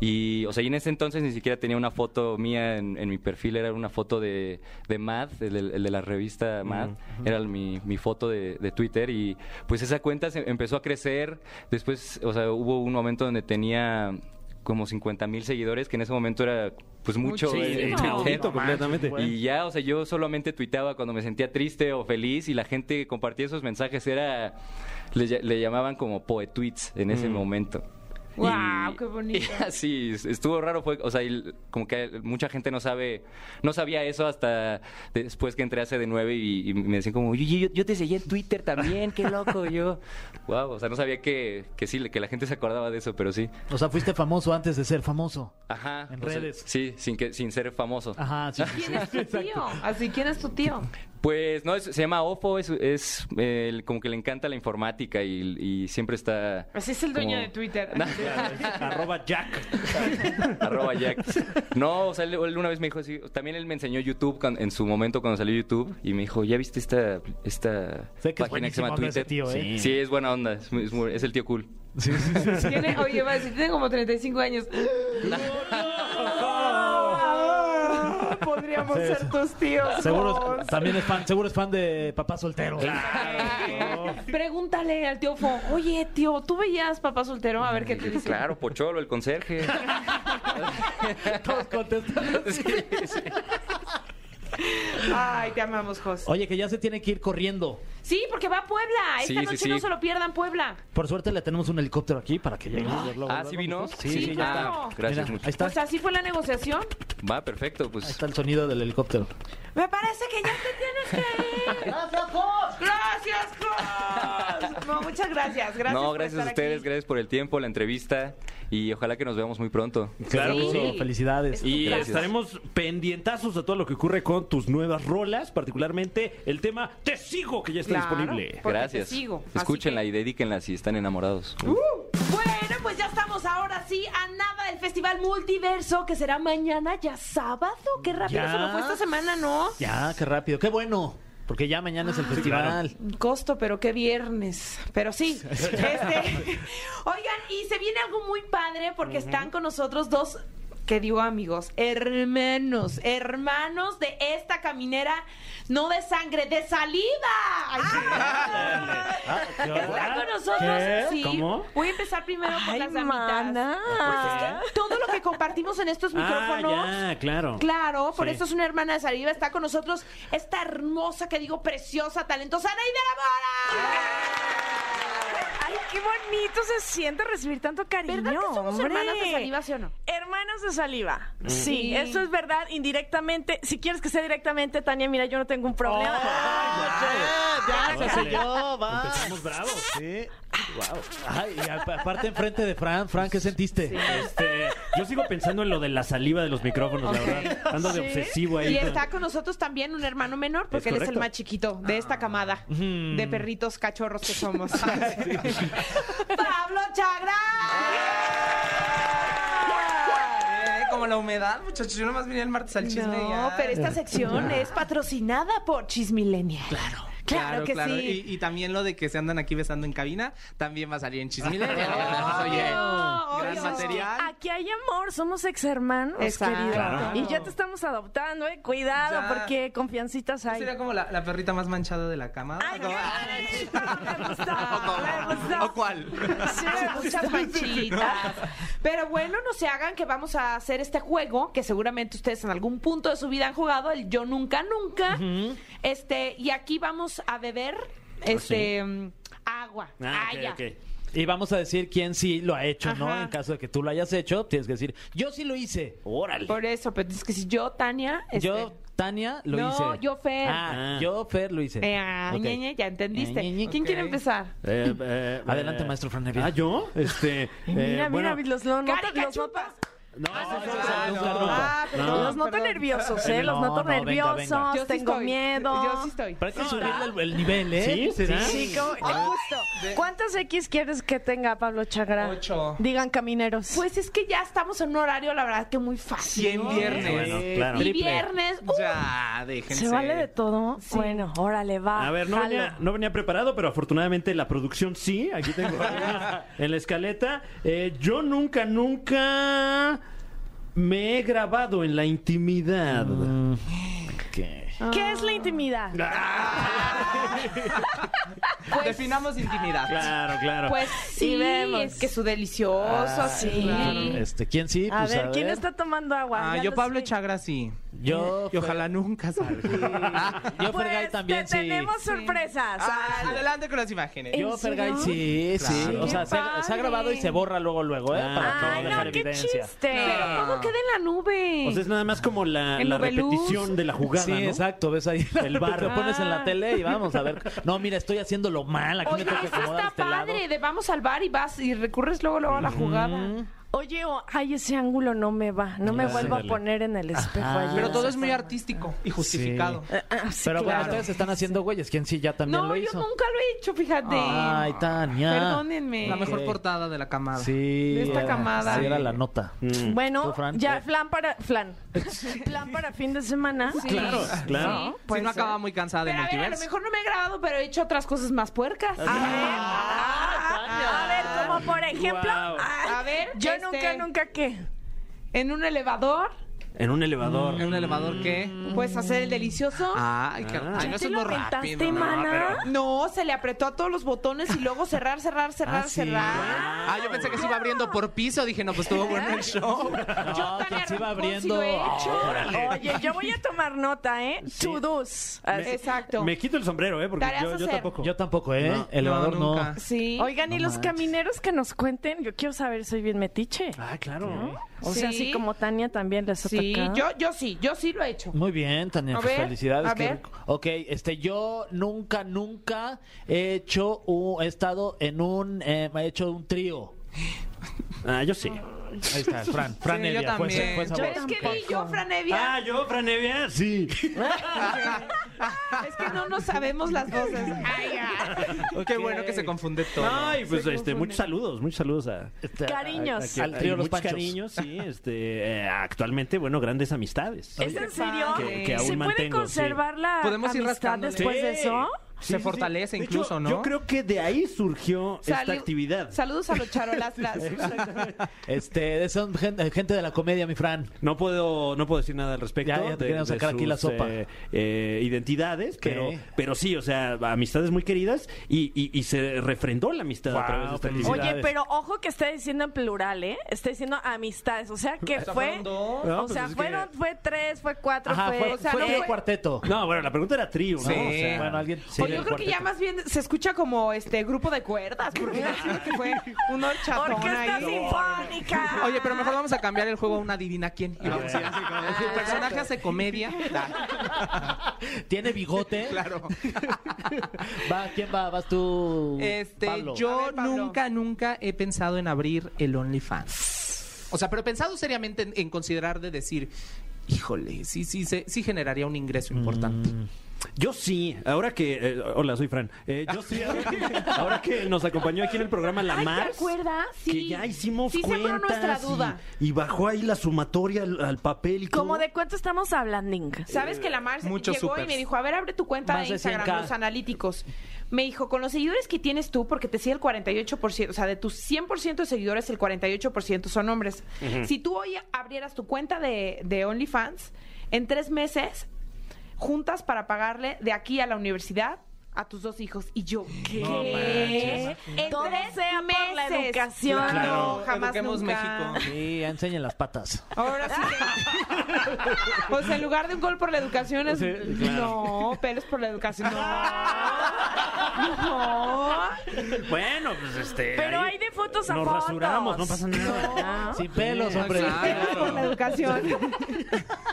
Y, o sea, y en ese entonces ni siquiera tenía una foto mía en, en mi perfil, era una foto de, de Mad, el, de- el de la revista Mad, era el- mi, mi foto de, de Twitter. Y pues esa cuenta se empezó a crecer. Después, o sea, hubo un momento donde tenía como como 50 mil seguidores, que en ese momento era pues mucho.
Muchísimo.
eh, en
No,
Twitter.
Poquito, completamente.
güey.
Y ya, o sea, yo solamente tuiteaba cuando me sentía triste o feliz y la gente que compartía esos mensajes era. Le, ll- le llamaban como poetweets en ese momento.
Guau,
Y-
qué bonito.
y así, es- estuvo raro, fue, o sea, y como que mucha gente no sabe, no sabía eso hasta después que entré hace de nueve y, y me decían como, "Oye, yo, yo te seguí en Twitter también, qué loco, Y yo, wow, o sea, no sabía que, que sí, que la gente se acordaba de eso, pero sí.
O sea, fuiste famoso antes de ser famoso.
Ajá.
En
o sea,
redes. Ah.
sí, sin, que, sin ser famoso.
Ajá, sí. sí, sí.
¿Quién es tu tío? Así, ¿quién es tu tío?
Pues no, es- se llama Ofo, es, es, eh, el- como que le encanta la informática y, y siempre está...
Así Pues es el dueño
como-
de Twitter.
Arroba Jack.
Arroba Jack. No, o sea, él, él una vez me dijo así. También él me enseñó YouTube cuan- en su momento cuando salió YouTube. Y me dijo, ¿ya viste esta, esta
Sé que es
página que se
buenísima
llama
onda ese
Twitter?
tío, ¿eh?
sí. Sí, es buena onda. Es, muy- es muy- es el tío cool.
Sí, sí, sí, sí.
Tiene, oye, va a decir, tiene como 35 años. Podríamos
Sí, sí.
ser tus tíos.
Seguro
Jos.
es- también es fan, seguro es fan de papá soltero.
Pregúntale al tío Fo, oye, tío, ¿tú veías papá soltero? A ver qué te dice.
Claro, Pocholo, el conserje.
Todos contestan.
Sí, sí.
Ay, te amamos, Jos.
Oye, que ya se tiene que ir corriendo.
Sí, porque va a Puebla. Esta
Sí, sí,
noche
sí.
no se lo pierdan, Puebla.
Por suerte le tenemos un helicóptero aquí para que llegue.
Ah, ¿sí vino?
Sí, sí,
Sí,
ya está.
claro.
Ah, gracias
Mira,
mucho.
Ahí está.
Pues así fue la negociación.
Va, perfecto.
Ahí
Pues
está el sonido del helicóptero.
Me parece que ya te tienes que ir. Gracias, Jos. No, muchas gracias. Gracias.
no,
por
gracias
estar
a ustedes,
aquí.
gracias por el tiempo, la entrevista. Y ojalá que nos veamos muy pronto.
Claro que
Eso,
sí.
Felicidades.
Es-
Y
Gracias.
estaremos pendientazos a todo lo que ocurre con tus nuevas rolas, particularmente el tema Te sigo, que ya está
Claro.
disponible.
Porque te
gracias.
sigo, así
Escúchenla
que-
y dedíquenla si están enamorados.
Bueno, pues ya estamos ahora sí a nada del Festival Multiverso que será mañana ya sábado. Qué rápido
Ya.
se nos fue esta semana, ¿no?
Ya, qué rápido. Qué bueno. Porque ya mañana es el festival.
Costo, pero qué viernes. Pero sí. Este, oigan, y se viene algo muy padre porque están con nosotros dos, que digo amigos, hermanos, hermanos de esta caminera, no de sangre, de saliva. Ay, sí. Ah, Están con nosotros.
¿Qué?
Sí.
¿Cómo?
Voy a empezar primero por
Ay,
las
mana.
damitas. Pues es que todo lo que compartimos en estos micrófonos.
Ah, ya, claro.
Claro, por
Sí.
eso es una hermana de Saliva. Está con nosotros esta hermosa, que digo, preciosa, talentosa, Anaí de la Mora.
Ay, qué bonito se siente recibir tanto cariño.
¿Verdad que somos
hombre?
hermanas de Saliva, sí o no?
Hermanas de saliva.
Sí.
Sí, eso es verdad. Indirectamente, si quieres que sea directamente, Tania, mira, yo no tengo un problema.
Oh.
Oh, ya,
Órale.
se selló, va.
Empezamos bravos.
Sí. Wow. Ay, y a- aparte enfrente de Fran, Fran, ¿qué sentiste?
Este, yo sigo pensando en lo de la saliva de los micrófonos,
Ok.
la verdad. Ando de obsesivo ahí. Eh,
Y está con nosotros también un hermano menor, porque él es el
Pues correcto.
más chiquito de esta camada de perritos cachorros que somos. ¡Pablo Chagra!
Eh, como la humedad, muchachos. Yo nomás venía el martes al chisme. y
No,
ya.
pero esta sección es patrocinada por Chismilenia. Claro. Claro, que sí.
Y, y también lo de que se andan aquí besando en cabina, también va a salir en chisme.
Obvio,
gran
obvio.
material.
Aquí hay amor, somos ex hermanos,
Exacto.
querido.
Claro.
Y ya te estamos adoptando, eh. Cuidado,
Ya.
porque confiancitas hay.
Sería como la, la perrita más manchada de la cama.
Ay,
Como-
qué bonito, me gusta, me gusta.
¿O, cuál?
Sí, muchas manchitas. Pero bueno, no se hagan que vamos a hacer este juego que seguramente ustedes en algún punto de su vida han jugado, el yo nunca nunca. Este, y aquí vamos a beber
Ah,
este mm, agua.
Ah, ok,
Ah, ya.
ok.
Y vamos a decir quién sí lo ha hecho, ¿no?
Ajá.
En caso de que tú lo hayas hecho, tienes que decir, yo sí lo hice.
Órale.
Por eso, pero es que si yo, Tania, este,
Yo, Tania, lo
No,
hice.
yo, Fer.
Ah,
Ah.
yo, Fer, lo hice.
eh, ah,
Ok.
ñeñe, ya entendiste.
Eh, ñeñe.
¿Quién
Ok.
quiere empezar?
Eh, eh,
Adelante,
eh,
maestro Fran Evia.
Ah, yo, este. eh,
Mira,
bueno,
mira, los, lo nota-
Carica,
los pues
chupa.
notas.
No,
sí,
no,
claro.
no, no, no.
Ah, perdón,
Los noto
perdón.
nerviosos, ¿eh? Los
No,
noto
no, venga, venga.
nerviosos,
Yo sí
tengo
estoy.
miedo.
Yo sí estoy.
Pero hay que
No,
subirle el, el nivel, ¿eh?
Sí,
¿Será?
Sí, como- justo. ¿Cuántas X quieres que tenga Pablo Chagra?
Ocho.
Digan camineros.
Pues es que ya estamos en un horario, la verdad, que muy fácil.
Cien
¿no?
viernes.
Bueno, claro.
Y viernes. ¡uh!
Ya, déjense.
¿Se vale de todo? Bueno, órale, va.
A ver, no
jalo.
venía, no venía preparado, pero afortunadamente la producción sí. Aquí tengo en la escaleta. Eh, yo nunca, nunca me he grabado en la intimidad.
Mm. Ah.
¿Qué es la intimidad?
Pues-
Definamos intimidad.
Claro, claro.
Pues sí,
vemos.
es que su delicioso,
Ah,
sí.
Este, ¿quién sí?
A
Pues,
ver, ¿quién
ver.
está tomando agua?
Ah,
Ya
yo
lo
Pablo
sé.
Chagra sí.
Yo,
Y ojalá nunca salga.
yo
Pues
Fergay también
te
sí.
tenemos sorpresas.
Ah, adelante con las imágenes.
Yo
¿En
Fergay
serio?
sí, sí.
Claro.
O sea,
Qué
se, ha- se ha
padre.
grabado y se borra luego, luego, ¿eh?
Ah.
Para no
Ay,
dejar
no, qué
evidencia.
chiste.
Pero ¿cómo queda en la nube?
O sea, es nada más como la,
El
la
Nubeluz.
repetición de la jugada,
Sí,
¿no?
exacto, ves ahí
El bar.
Lo pones en la
Ah.
tele y vamos a ver. No, mira, estoy haciéndolo mal, aquí
Oye,
me tengo que
eso
acomodar de
está
este
padre,
lado.
de vamos al bar y vas y recurres luego, luego a la jugada.
Oye, o- ay, ese ángulo no me va. No me
Ándale.
vuelvo a poner en el espejo
Ajá.
allí.
Pero todo es muy artístico y justificado.
Ah, ah, sí,
Pero bueno,
claro.
ustedes están haciendo güeyes, ¿quién sí ya también
No,
lo
yo
hizo?
nunca lo he hecho, fíjate.
Ay, Tania.
Perdónenme.
La mejor
Ok.
portada de la camada.
Sí.
De esta
era-
camada.
Sí, era la nota.
Bueno,
¿Tú, Fran?
ya,
Eh.
plan para. Flan. plan para fin de semana.
Claro,
claro.
Si no acaba muy cansada de
Pues, Pero a ver, a lo
multiverso.
mejor no me he grabado, pero he hecho otras cosas más puercas. Ah,
A ver, Ah, a ver, como por ejemplo.
Guau.
ah,
A ver,
Yo
este-
nunca, nunca qué.
En un elevador,
En un elevador.
Mm.
En un elevador que.
puedes hacer el delicioso.
Ah, ay, que- ay, no,
¿Ya
eso
te
es
lo
lo
aventaste,
rápido. ¿no?
mana?
No, se le apretó a todos los botones y luego cerrar, cerrar, cerrar,
Ah, sí.
cerrar.
Ah, yo pensé que se iba abriendo por piso. Dije, no, pues estuvo bueno el show.
Yo tan
que se iba
arrancón sí
abriendo.
lo he hecho.
Oye, yo voy a tomar nota, ¿eh? To do's. Así.
Exacto.
Me quito el sombrero, ¿eh? Porque
Tareas
yo, yo
hacer.
tampoco.
Yo tampoco, ¿eh?
No,
Elevador no.
nunca.
Sí.
Oigan, y los
manches.
camineros que nos cuenten, yo quiero saber, soy bien metiche.
Ah, claro.
O sea,
Sí.
así como Tania también les ha
sí,
tocado.
yo, yo sí, yo sí lo he hecho.
Muy bien, Tania,
A
pues,
ver,
felicidades.
a
qué
ver.
rico. Ok, este, yo nunca, nunca he hecho, un- he estado en un, eh, he hecho un trío.
Ah, yo sí.
Ahí está, Fran, Fran
Sí, yo
Evia, fue, esa-
también.
fue esa
Yo
voz.
Pero es que
tampoco.
di yo, Franevia.
Ah, yo, Franevia, sí.
Es que no nos sabemos las voces. Ay, ay.
Qué bueno que se confunde todo.
Ay, pues este, muchos saludos, muchos saludos a.
Este,
Cariños.
a- a-
que-
Al trío
hay
Los
muchos
Panchos.
cariños, sí, este, eh, actualmente, bueno, grandes amistades.
¿Es en serio?
Que- que aún
¿Se puede
mantengo, sí.
conservar la
Podemos ir
amistad
rascándole.
después de eso?
Se fortalece
De
incluso,
hecho,
¿no?
Yo creo que de ahí surgió esta
Salud-
actividad.
Saludos a los charolastras.
Este, son gen- gente, de la comedia, mi Fran.
No puedo, no puedo decir nada al respecto.
Ya, ya te querían sacar aquí la sopa.
eh, eh, identidades,
¿Qué?
pero, pero sí, o sea, amistades muy queridas y, y- y se refrendó la amistad a
Guau,
través de esta
felicidades.
actividad.
Oye,
Felicidades.
pero ojo que está diciendo en plural, ¿eh? Está diciendo amistades, o sea que
sea,
fue...
fueron dos.
No,
o
pues
sea,
es que-
fueron, fue tres, fue cuatro,
Ajá,
fue...
fue,
o sea,
fue
no
el
fue-
cuarteto.
No, bueno, la pregunta era trío, ¿no?
Sí.
Bueno, alguien-
O
Pues
yo creo que ya más bien se escucha como este grupo de cuerdas, porque yo siento que fue un horchatón
Orquesta
ahí.
sinfónica.
Oye, pero mejor vamos a cambiar el juego a una adivina quién. Y vamos a ir así como, el personaje hace comedia.
Tiene bigote.
Claro.
Va, ¿quién va? ¿Vas tú?
Este,
Pablo?
yo
A ver, Pablo.
nunca, nunca he pensado en abrir el OnlyFans. O sea, pero he pensado seriamente en, en considerar de decir, híjole, sí, sí, sí, sí generaría un ingreso importante.
Mm.
Yo sí, ahora que. eh, hola, soy Fran. Eh, yo sí, ahora que, ahora que nos acompañó aquí en el programa La
Ay, ¿te
Mars,
acuerdas? Sí.
Que ya hicimos
Sí sembró
cuentas
nuestra
y-
duda.
Y, bajó ahí la sumatoria al, al papel y
¿Como
todo.
de cuánto estamos hablando?
¿Sabes que la Mars
Muchos
llegó y
supers.
me dijo, a ver, abre tu cuenta
Más
de
de
Instagram,
100K.
los analíticos? Me dijo, con los seguidores que tienes tú, porque te sigue el 48%, o sea, de tus 100% de seguidores, el 48% son hombres. Si tú hoy abrieras tu cuenta de, de OnlyFans, en tres meses, juntas para pagarle de aquí a la universidad a tus dos hijos. Y yo, ¿qué? en
Todo
tres
sea por la
meses.
educación.
Claro,
Claro,
jamás
eduquemos
nunca.
México.
Sí, enseñen las patas.
Ahora sí. que- o sea, en lugar de un gol por la educación es. No, pelos por la educación. No. No.
Bueno, pues este.
Pero
ahí
hay de fotos a
Nos
fotos.
rasuramos, no pasa nada.
No.
Sin pelos, hombre.
Claro.
Por la educación.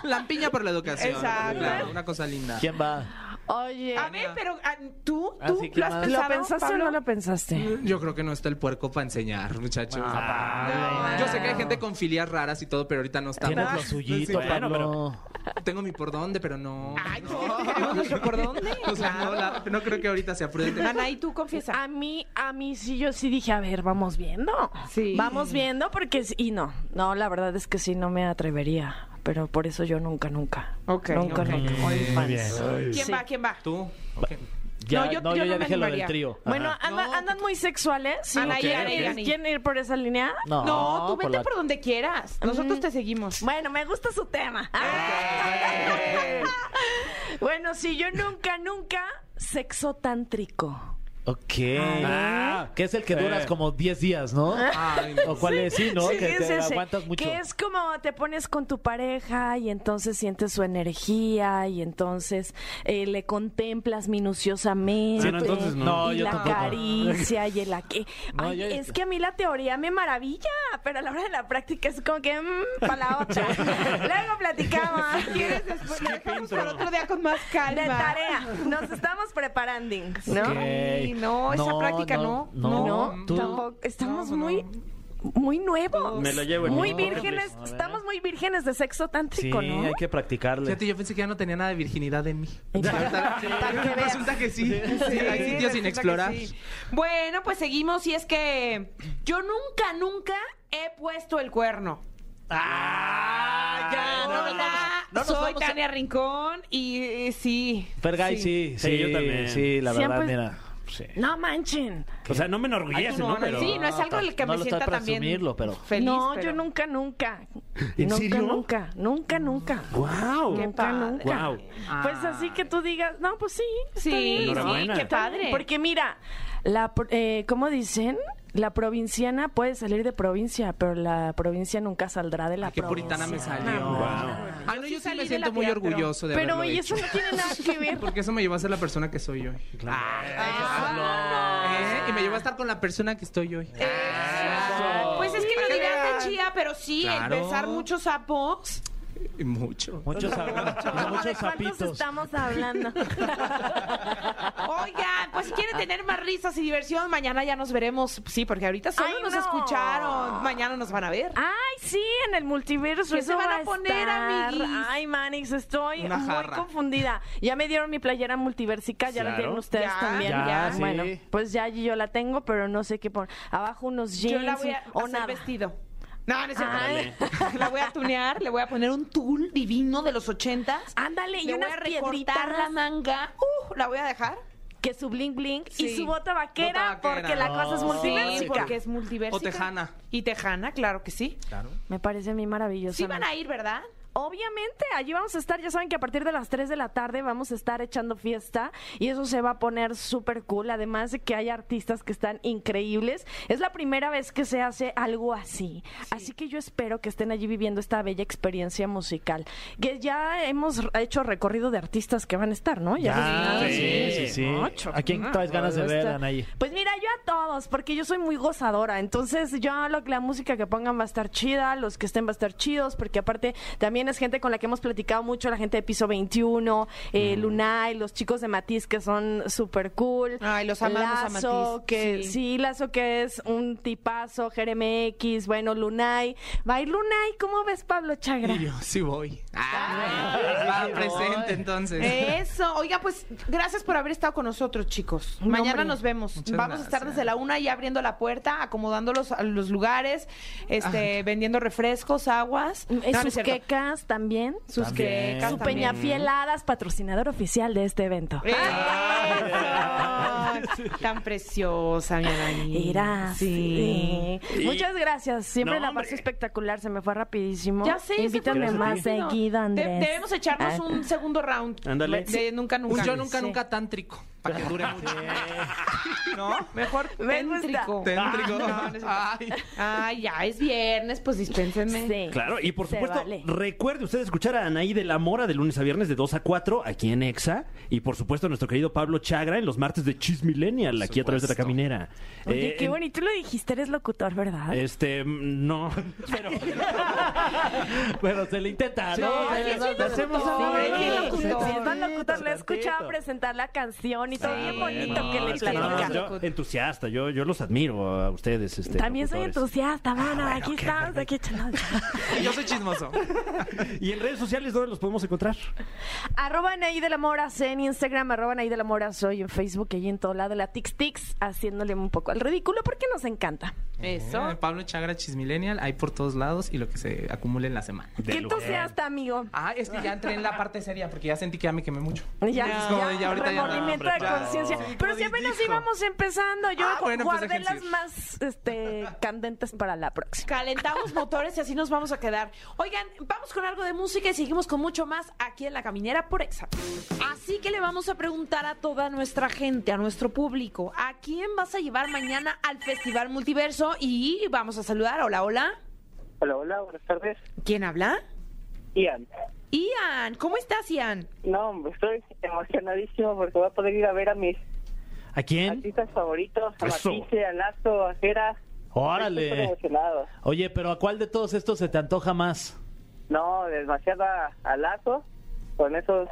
Lampiña por la educación.
Exacto.
Claro, una cosa linda.
¿Quién va?
Oye,
A ver, pero ah, tú,
Ah,
tú
sí, ¿qué
lo has
más?
pensado.
¿lo pensaste
Pablo?
o no lo pensaste?
Yo creo que no está el puerco para enseñar, muchachos.
Ay,
Yo sé que hay gente con filias raras y todo, pero ahorita no
Tienes lo
estamos.
suyito,
Sí, bueno,
Pablo.
Tengo mi por dónde, pero no.
Ay,
no.
¿tenemos nuestro por dónde?
O sea, no, la- no creo que ahorita sea prudente.
Anaí, tú confiesa.
A mí, a mí sí, yo sí dije, a ver, vamos viendo.
Sí.
Vamos viendo porque, sí- y no, no, la verdad es que sí, no me atrevería. Pero por eso yo nunca, nunca.
Ok,
Nunca,
ok.
nunca.
Muy bien.
¿Quién
Sí.
va? ¿Quién va?
Tú.
Ya,
No,
no,
yo-
yo,
yo
ya
no me
dije lo del
animaría.
trío.
Bueno,
Ajá. Ah,
anda- andan muy sexuales. ¿sí?
Anaí,
¿Quieren
Anaí,
ir-
Anaí.
¿Quieren ir por esa línea?
no,
No, tú vete
la-
por donde quieras. Nosotros te seguimos.
Bueno, me gusta su tema. bueno, sí, yo nunca, nunca sexo tántrico.
Ok. que es el que duras como 10 días, ¿no?
Ay, no.
¿O cuál es? Sí, ¿no?
Sí,
que
es
te
ese,
aguantas mucho.
Que es como te pones con tu pareja y entonces sientes su energía y entonces eh, le contemplas minuciosamente.
Ah, no, entonces no.
No,
y
yo
la
tampoco.
caricia y el aque.
No,
Ay,
yo-
Es que a mí la teoría me maravilla, pero a la hora de la práctica es como que para la otra. Luego platicamos.
¿Quieres después? La dejamos
intro.
para otro día con más calma.
De tarea. Nos estamos preparando. ¿no?
Ok.
Ay, no, esa práctica no,
No,
No,
tú-
tampoco. Estamos
No, no.
muy muy nuevos.
Me la llevo en
Muy
mis
vírgenes.
órdenes.
Estamos muy vírgenes de sexo
Sí,
tántrico, ¿no?
hay que practicarle.
Fíjate, yo pensé que ya no tenía nada de virginidad en mí.
Y para- para que veas.
Resulta que sí. Sí, hay
resulta
sitios sin
que
explorar.
sí. Bueno, pues seguimos y es que yo nunca, nunca he puesto el cuerno.
¡Ah! Ya, no,
Hola,
nos vamos a- no nos
soy
vamos a-
Tania Rincón y eh, sí.
Fergay, sí, sí, sí,
Sí, yo también.
la
Siempre-
verdad, mira. Sí.
No manchen.
O sea, no me
Ay,
enorgullece,
tú no,
¿no?
Ana,
Pero...
sí, no es algo que
no
me
lo estoy
sienta
para
también
asumirlo, pero-
feliz,
no,
pero-
yo nunca, nunca.
¿En
nunca,
serio?
nunca, nunca, nunca.
¡Wow!
Qué
Nunca,
padre.
nunca.
Guau.
Pues así que tú digas, no, pues sí. está
Sí,
bien,
sí,
Enhorabuena.
qué
está bien.
padre.
Porque mira, la, pro- eh, ¿cómo dicen? La provinciana puede salir de provincia, pero la provincia nunca saldrá de la
Qué
provincia.
puritana me salió.
No,
Wow.
Ah, no, yo sí
salí
me
de
siento
la
muy
teatro.
orgulloso de
Pero
haberlo
y
hecho.
eso no tiene nada que ver.
Porque eso me llevó a ser la persona que soy hoy.
Ah,
Ah,
¿Eh? Y me llevó a estar con la persona que estoy hoy.
Pues es que lo dirás de chía, pero sí,
Claro.
el besar muchos sapos.
Y mucho.
Muchos,
No,
sab-
¿De
muchos
cuántos
sapitos.
estamos hablando?
Oigan, pues si quieren tener más risas y diversión, mañana ya nos veremos. Sí, porque ahorita solo
Ay,
nos
no. Ah,
escucharon. Mañana nos van a ver.
Ay, sí, en el multiverso.
¿Qué
eso
se van
va
a poner,
estar.
amiguis?
Ay, Manix, estoy
Una
muy
jarra.
confundida. Ya me dieron mi playera multiversica, ya la
Claro.
tienen ustedes
Ya,
también.
ya, Ya, sí.
Bueno, pues ya yo la tengo, pero no sé qué poner. Abajo unos jeans
Yo la voy a
o
hacer
nada.
vestido. No, no es cierto.
Ay.
La voy a tunear, le voy a poner un tul divino de los ochentas.
Ándale, y
le voy
unas
a recortar
piedritas
la manga. Uh, la voy a dejar.
que su bling bling y
Sí.
su bota vaquera,
Bota vaquera.
porque la cosa es
Sí,
multiversica.
Sí, porque es multiverso.
O tejana.
Y tejana, claro que sí.
Me parece a mí maravilloso.
Sí van a ir, ¿verdad?
Obviamente, allí vamos a estar, ya saben que a partir de las 3 de la tarde vamos a estar echando fiesta y eso se va a poner súper cool, además de que hay artistas que están increíbles. Es la primera vez que se hace algo así, así que yo espero que estén allí viviendo esta bella experiencia musical, que ya hemos r- hecho recorrido de artistas que van a estar, ¿no? Ya,
Ah,
los-
sí, sí, sí.
Ocho.
¿A quién traes ganas de ver, Anaí?
Pues mira, yo a todos, porque yo soy muy gozadora. Entonces, yo lo, la música que pongan va a estar chida, los que estén va a estar chidos, porque aparte también es gente con la que hemos platicado mucho, la gente de piso 21, eh,
Mm.
Lunay, los chicos de Matiz que son súper cool.
Ay, los amamos a
Lazo,
Matiz,
Que, sí.
sí.
Lazo que es un tipazo, Jeremy X, bueno, Lunay. Va a ir Lunay, ¿cómo ves, Pablo Chagra?
Y yo sí voy. Ah, va presente entonces.
Eh, Eso. Oiga, pues gracias por haber estado con nosotros, chicos.
No,
Mañana
hombre.
nos vemos.
Muchas
Vamos a estar
gracias.
desde la una y abriendo la puerta, acomodando los, los lugares, este, vendiendo refrescos, aguas.
Eh,
No, no es
sus
cierto.
quecas también, sus,
También.
quecas
su
también. ¡Eh!
Peñafieladas, patrocinador oficial de este evento.
Eso. Tan preciosa, mi Anaí.
Era. Sí. Muchas gracias. Siempre
No,
la pasé
hombre.
espectacular. Se me fue rapidísimo.
Ya sé, se
Invítame
fue
más
rápido.
seguido,
De-
Andrés.
debemos echarnos
Ah.
un segundo round.
Ándale.
De nunca,
Un
nunca.
yo nunca,
Sí.
nunca tántrico. Para que dure mucho.
Eh,
¿No?
Mejor
Me gusta.
téntrico.
Téntrico.
Ah, no, no es-
Ay.
Ay, ya es viernes, pues dispénsenme.
Sí.
Claro, y por
Eh, Se
supuesto,
vale.
recuerde usted escuchar a Anaí de la Mora de lunes a viernes de 2 a 4 aquí en Exa. Y por supuesto, a nuestro querido Pablo Chagra en los martes de Chis Millennial aquí a través de la
supuesto.
caminera.
Oye,
Eh,
qué
en-
bonito lo dijiste. Eres locutor, ¿verdad?
Este, mm, no. Pero,
Bueno, se le intenta, ¿no?
No, sí, sí,
Le hacemos
no,
algo.
no,
Hombre, qué
Sí,
locutor.
sí,
Sí, es más locutor. Lo he
tantito.
escuchado presentar la canción y todo.
Sí,
Qué bonito
no,
que le
es que no,
platica.
yo entusiasta, yo, yo los admiro a ustedes. Este, Ah,
También soy
locutores.
entusiasta, mana. aquí estamos, aquí echando.
Y yo soy chismoso.
Y en redes sociales, ¿dónde los podemos encontrar?
Arroba Anaí de la Mora, sé en Instagram, arroba Anaí de la Mora, soy en Facebook y en todo lado, la Tix Tix, haciéndole un poco al ridículo porque nos encanta.
Eso.
Eh, Pablo Chagra Chismillennial, hay por todos lados y lo que se acumule en la semana.
Que tú seas hasta amigo.
Ah, es que ya entré en la parte seria porque ya sentí que ya me quemé mucho.
Ya,
Es como de ya ahorita ya no,
remordimiento
hombre,
de
claro.
conciencia.
Sí, como
Pero si
dijo.
apenas íbamos empezando, yo
Ah, bueno, pues
guardé
déjense
las
ir.
más este, candentes para la próxima.
Calentamos motores y así nos vamos a quedar. Oigan, vamos con algo de música y seguimos con mucho más aquí en La Caminera por Exa. Así que le vamos a preguntar a toda nuestra gente, a nuestro nuestro público. ¿A quién vas a llevar mañana al Festival Multiverso? Y vamos a saludar. Hola, hola.
Hola, hola, buenas tardes.
¿Quién habla?
Ian.
Ian, ¿cómo estás, Ian?
No, hombre, estoy emocionadísimo porque voy a poder ir a ver a mis
¿A quién?
artistas favoritos, a
Eso.
Matisse, a Lazo, a Jera. Estoy súper
Órale.
emocionado.
Oye, pero ¿a cuál de todos estos se te antoja más?
No, demasiada a Lazo con esos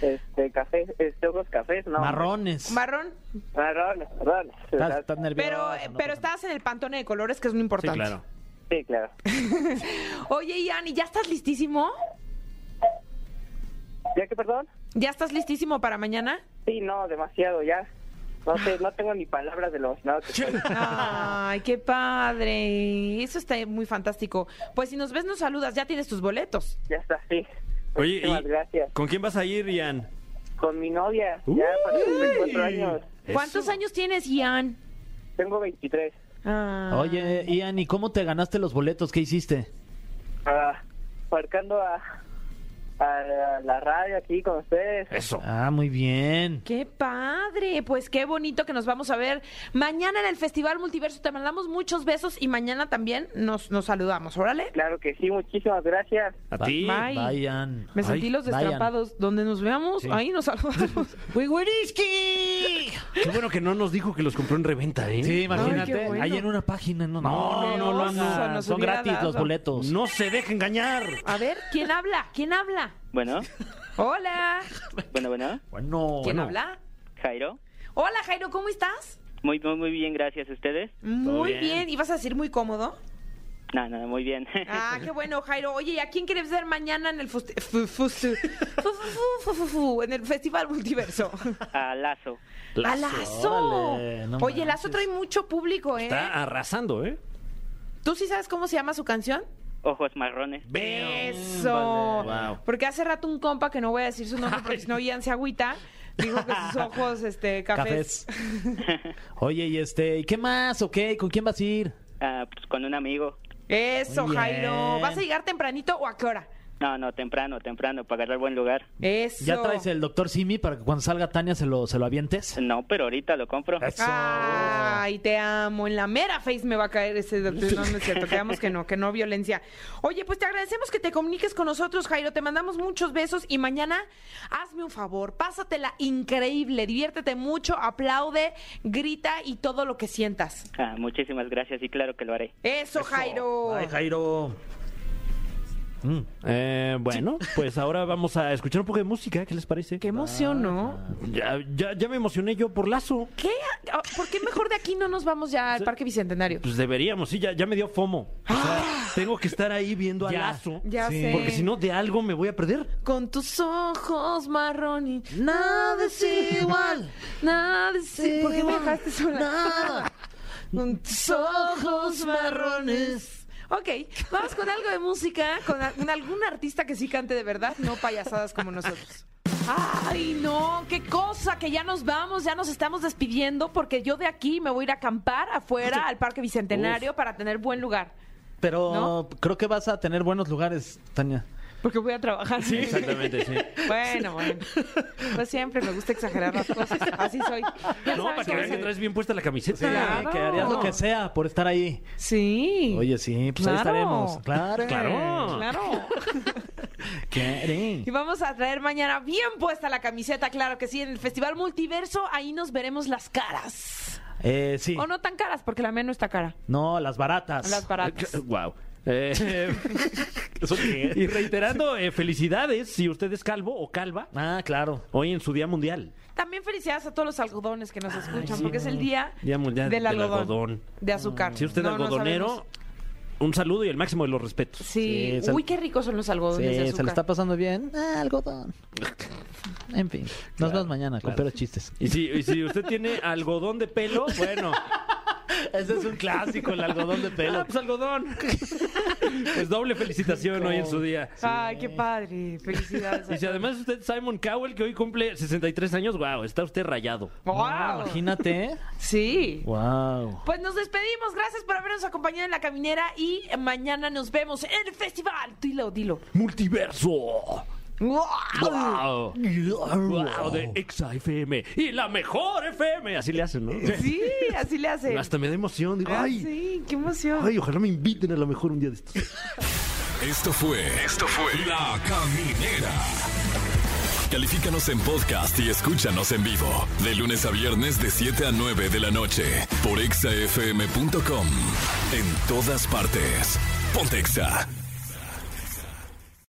este cafés, este, ojos cafés, no.
Marrones.
Marrón,
Marrones, marrones.
Estás, estás nervioso.
pero, eh,
no
pero
pasa
estás en el pantone de colores, que es muy
Sí,
importante.
claro.
Sí, claro.
Oye, Ian, ¿y ya estás listísimo?
¿Ya que perdón?
¿Ya estás listísimo para mañana?
Sí, no, demasiado ya. No sé, no tengo ni palabras de lo emocionado que estoy.
Ah.
Ay, qué padre. Eso está muy fantástico. Pues si nos ves, nos saludas. Ya tienes tus boletos.
Ya está, sí.
Oye,
Muchísimas
y-
gracias.
¿con quién vas a ir, Ian?
Con mi novia, ya para sus 24 años.
¿Cuántos
Eso.
años tienes, Ian?
Tengo 23.
Ah.
nada. Oye, Ian, ¿y cómo te ganaste los boletos? ¿Qué hiciste?
Ah, marcando a, a la radio aquí con ustedes.
Eso.
Ah, muy bien.
Qué padre, pues qué bonito que nos vamos a ver mañana en el Festival Multiverso. Te mandamos muchos besos y mañana también nos, nos saludamos, órale.
Claro que sí, muchísimas gracias.
A ti.
Bye.
Vayan.
Me sentí los
Vayan.
destrampados. Donde nos veamos, ahí nos saludamos.
Qué bueno que no nos dijo que los compró en reventa, ¿eh?
Sí,
Ay,
imagínate.
qué bueno.
Ahí en una página. No,
No, no, no, lo
oso,
hagan.
nos
Son
hubiera
gratis los
dado.
boletos.
No se deje engañar.
A ver, ¿quién habla? ¿Quién habla?
Bueno,
Hola.
bueno, bueno.
Bueno,
¿Quién
bueno.
habla?
Jairo.
Hola, Jairo, ¿cómo estás?
Muy, muy, muy bien, gracias. ¿Ustedes?
Muy
bien.
bien. ¿Y vas a decir muy cómodo?
No, no, muy bien.
Ah, qué bueno, Jairo. Oye, ¿y a quién quieres ver mañana en el fuste- fu- fuste- fu- fu- fu- fu- fu- en el Festival Multiverso?
A Lazo.
¡A Lazo!
Órale, no
Oye, Lazo
manches.
trae mucho público, ¿eh?
Está arrasando, ¿eh?
¿Tú sí sabes cómo se llama su canción?
Ojos marrones.
Eso.
Vale. Wow.
Porque hace rato un compa que no voy a decir su nombre porque si no Ian se agüita, dijo que sus ojos, este, cafés.
Cafés. Oye, ¿y este? ¿Y qué más? ¿O qué? ¿Con quién vas a ir?
Ah, pues con un amigo.
Eso,
Muy bien.
Jairo. ¿Vas a llegar tempranito o a qué hora?
No, no, temprano, temprano, para agarrar buen lugar.
Eso.
¿Ya traes el doctor Simi para que cuando salga Tania se lo, se lo avientes?
No, pero ahorita lo compro.
Eso.
Ay, te amo. En la mera face me va a caer ese. No, no es cierto. Creamos que no, que no violencia. Oye, pues te agradecemos que te comuniques con nosotros, Jairo. Te mandamos muchos besos y mañana hazme un favor. Pásatela increíble. Diviértete mucho, aplaude, grita y todo lo que sientas.
Ah, muchísimas gracias y claro que lo haré.
Eso, Jairo.
Ay, Jairo.
Eh, bueno, pues ahora vamos a escuchar un poco de música. ¿Qué les parece?
Qué emoción, ¿no?
Ah,
Ya, ya, ya me emocioné yo por Lazo.
¿Qué? Ah, ¿Por qué mejor de aquí no nos vamos ya al Parque Bicentenario?
Pues deberíamos, sí, ya, ya me dio fomo. O sea, tengo que estar ahí viendo a
Ya.
Lazo.
Ah. Ya sé.
Porque si no, de algo me voy a perder.
Con tus ojos marrón y nada es igual, nada es igual. ¿Por qué me dejaste sola? Nada. Con tus ojos marrones. Ok, vamos con algo de música, con, a- con algún artista que sí cante de verdad, no payasadas como nosotros. Ay, no, qué cosa, que ya nos vamos, ya nos estamos despidiendo, porque yo de aquí me voy a ir a acampar afuera al Parque Bicentenario para tener buen lugar.
Pero
¿No?
creo que vas a tener buenos lugares, Tania.
Porque voy a trabajar.
Exactamente, sí.
Bueno, bueno. Pues siempre me gusta exagerar las cosas. Así soy. Ya
No,
saben
para que
cómo
vean que
soy.
traes bien puesta la
Sí,
camiseta.
Claro.
que harías lo que sea por estar ahí.
Sí.
Oye, sí, pues ahí
Claro.
estaremos. Claro.
Claro.
Claro.
Claro.
Y vamos a traer mañana bien puesta la camiseta, claro que sí, en el Festival Multiverso. Ahí nos veremos las caras.
Eh, sí.
O no tan caras, porque la mía no está cara.
No, las baratas.
Las baratas.
Wow. Eh, y reiterando, eh, felicidades si usted es calvo o calva
Ah, claro.
hoy en su Día Mundial.
También felicidades a todos los algodones que nos escuchan,
sí.
porque es el día,
Día Mundial
del,
del
algodón,
algodón.
De azúcar.
Si usted es
No, no
algodonero,
sabemos.
un saludo y el máximo de los respetos.
sí.
Sí, sal-
Uy, qué ricos son los
Sí,
algodones de azúcar.
se le está pasando bien. Ah, algodón. En fin. Nos vemos mañana
claro.
con peros chistes.
Y si, y si usted tiene algodón de pelo, bueno,
Ese es un clásico, el algodón de
ah, pues algodón. Pues doble felicitación hoy en su día.
Ay, qué padre. Felicidades. a
Y si además es usted Simon Cowell, que hoy cumple 63 años, wow, está usted rayado.
¡Wow!
Imagínate.
Sí.
Wow.
Pues nos despedimos. Gracias por habernos acompañado en la caminera y mañana nos vemos en el festival. Dilo, dilo.
Multiverso. ¡Wow! ¡Wow! De Exa FM y la mejor FM. Así le hacen, ¿no?
Sí, así le hace.
Hasta me da emoción. Digo,
Ah,
¡ay!
sí, qué emoción.
¡Ay! Ojalá me inviten a lo mejor un día de estos.
Esto fue. Esto fue. La Caminera. Califícanos en podcast y escúchanos en vivo. De lunes a viernes, de 7 a 9 de la noche. Por exafm.com. En todas partes. Pontexa.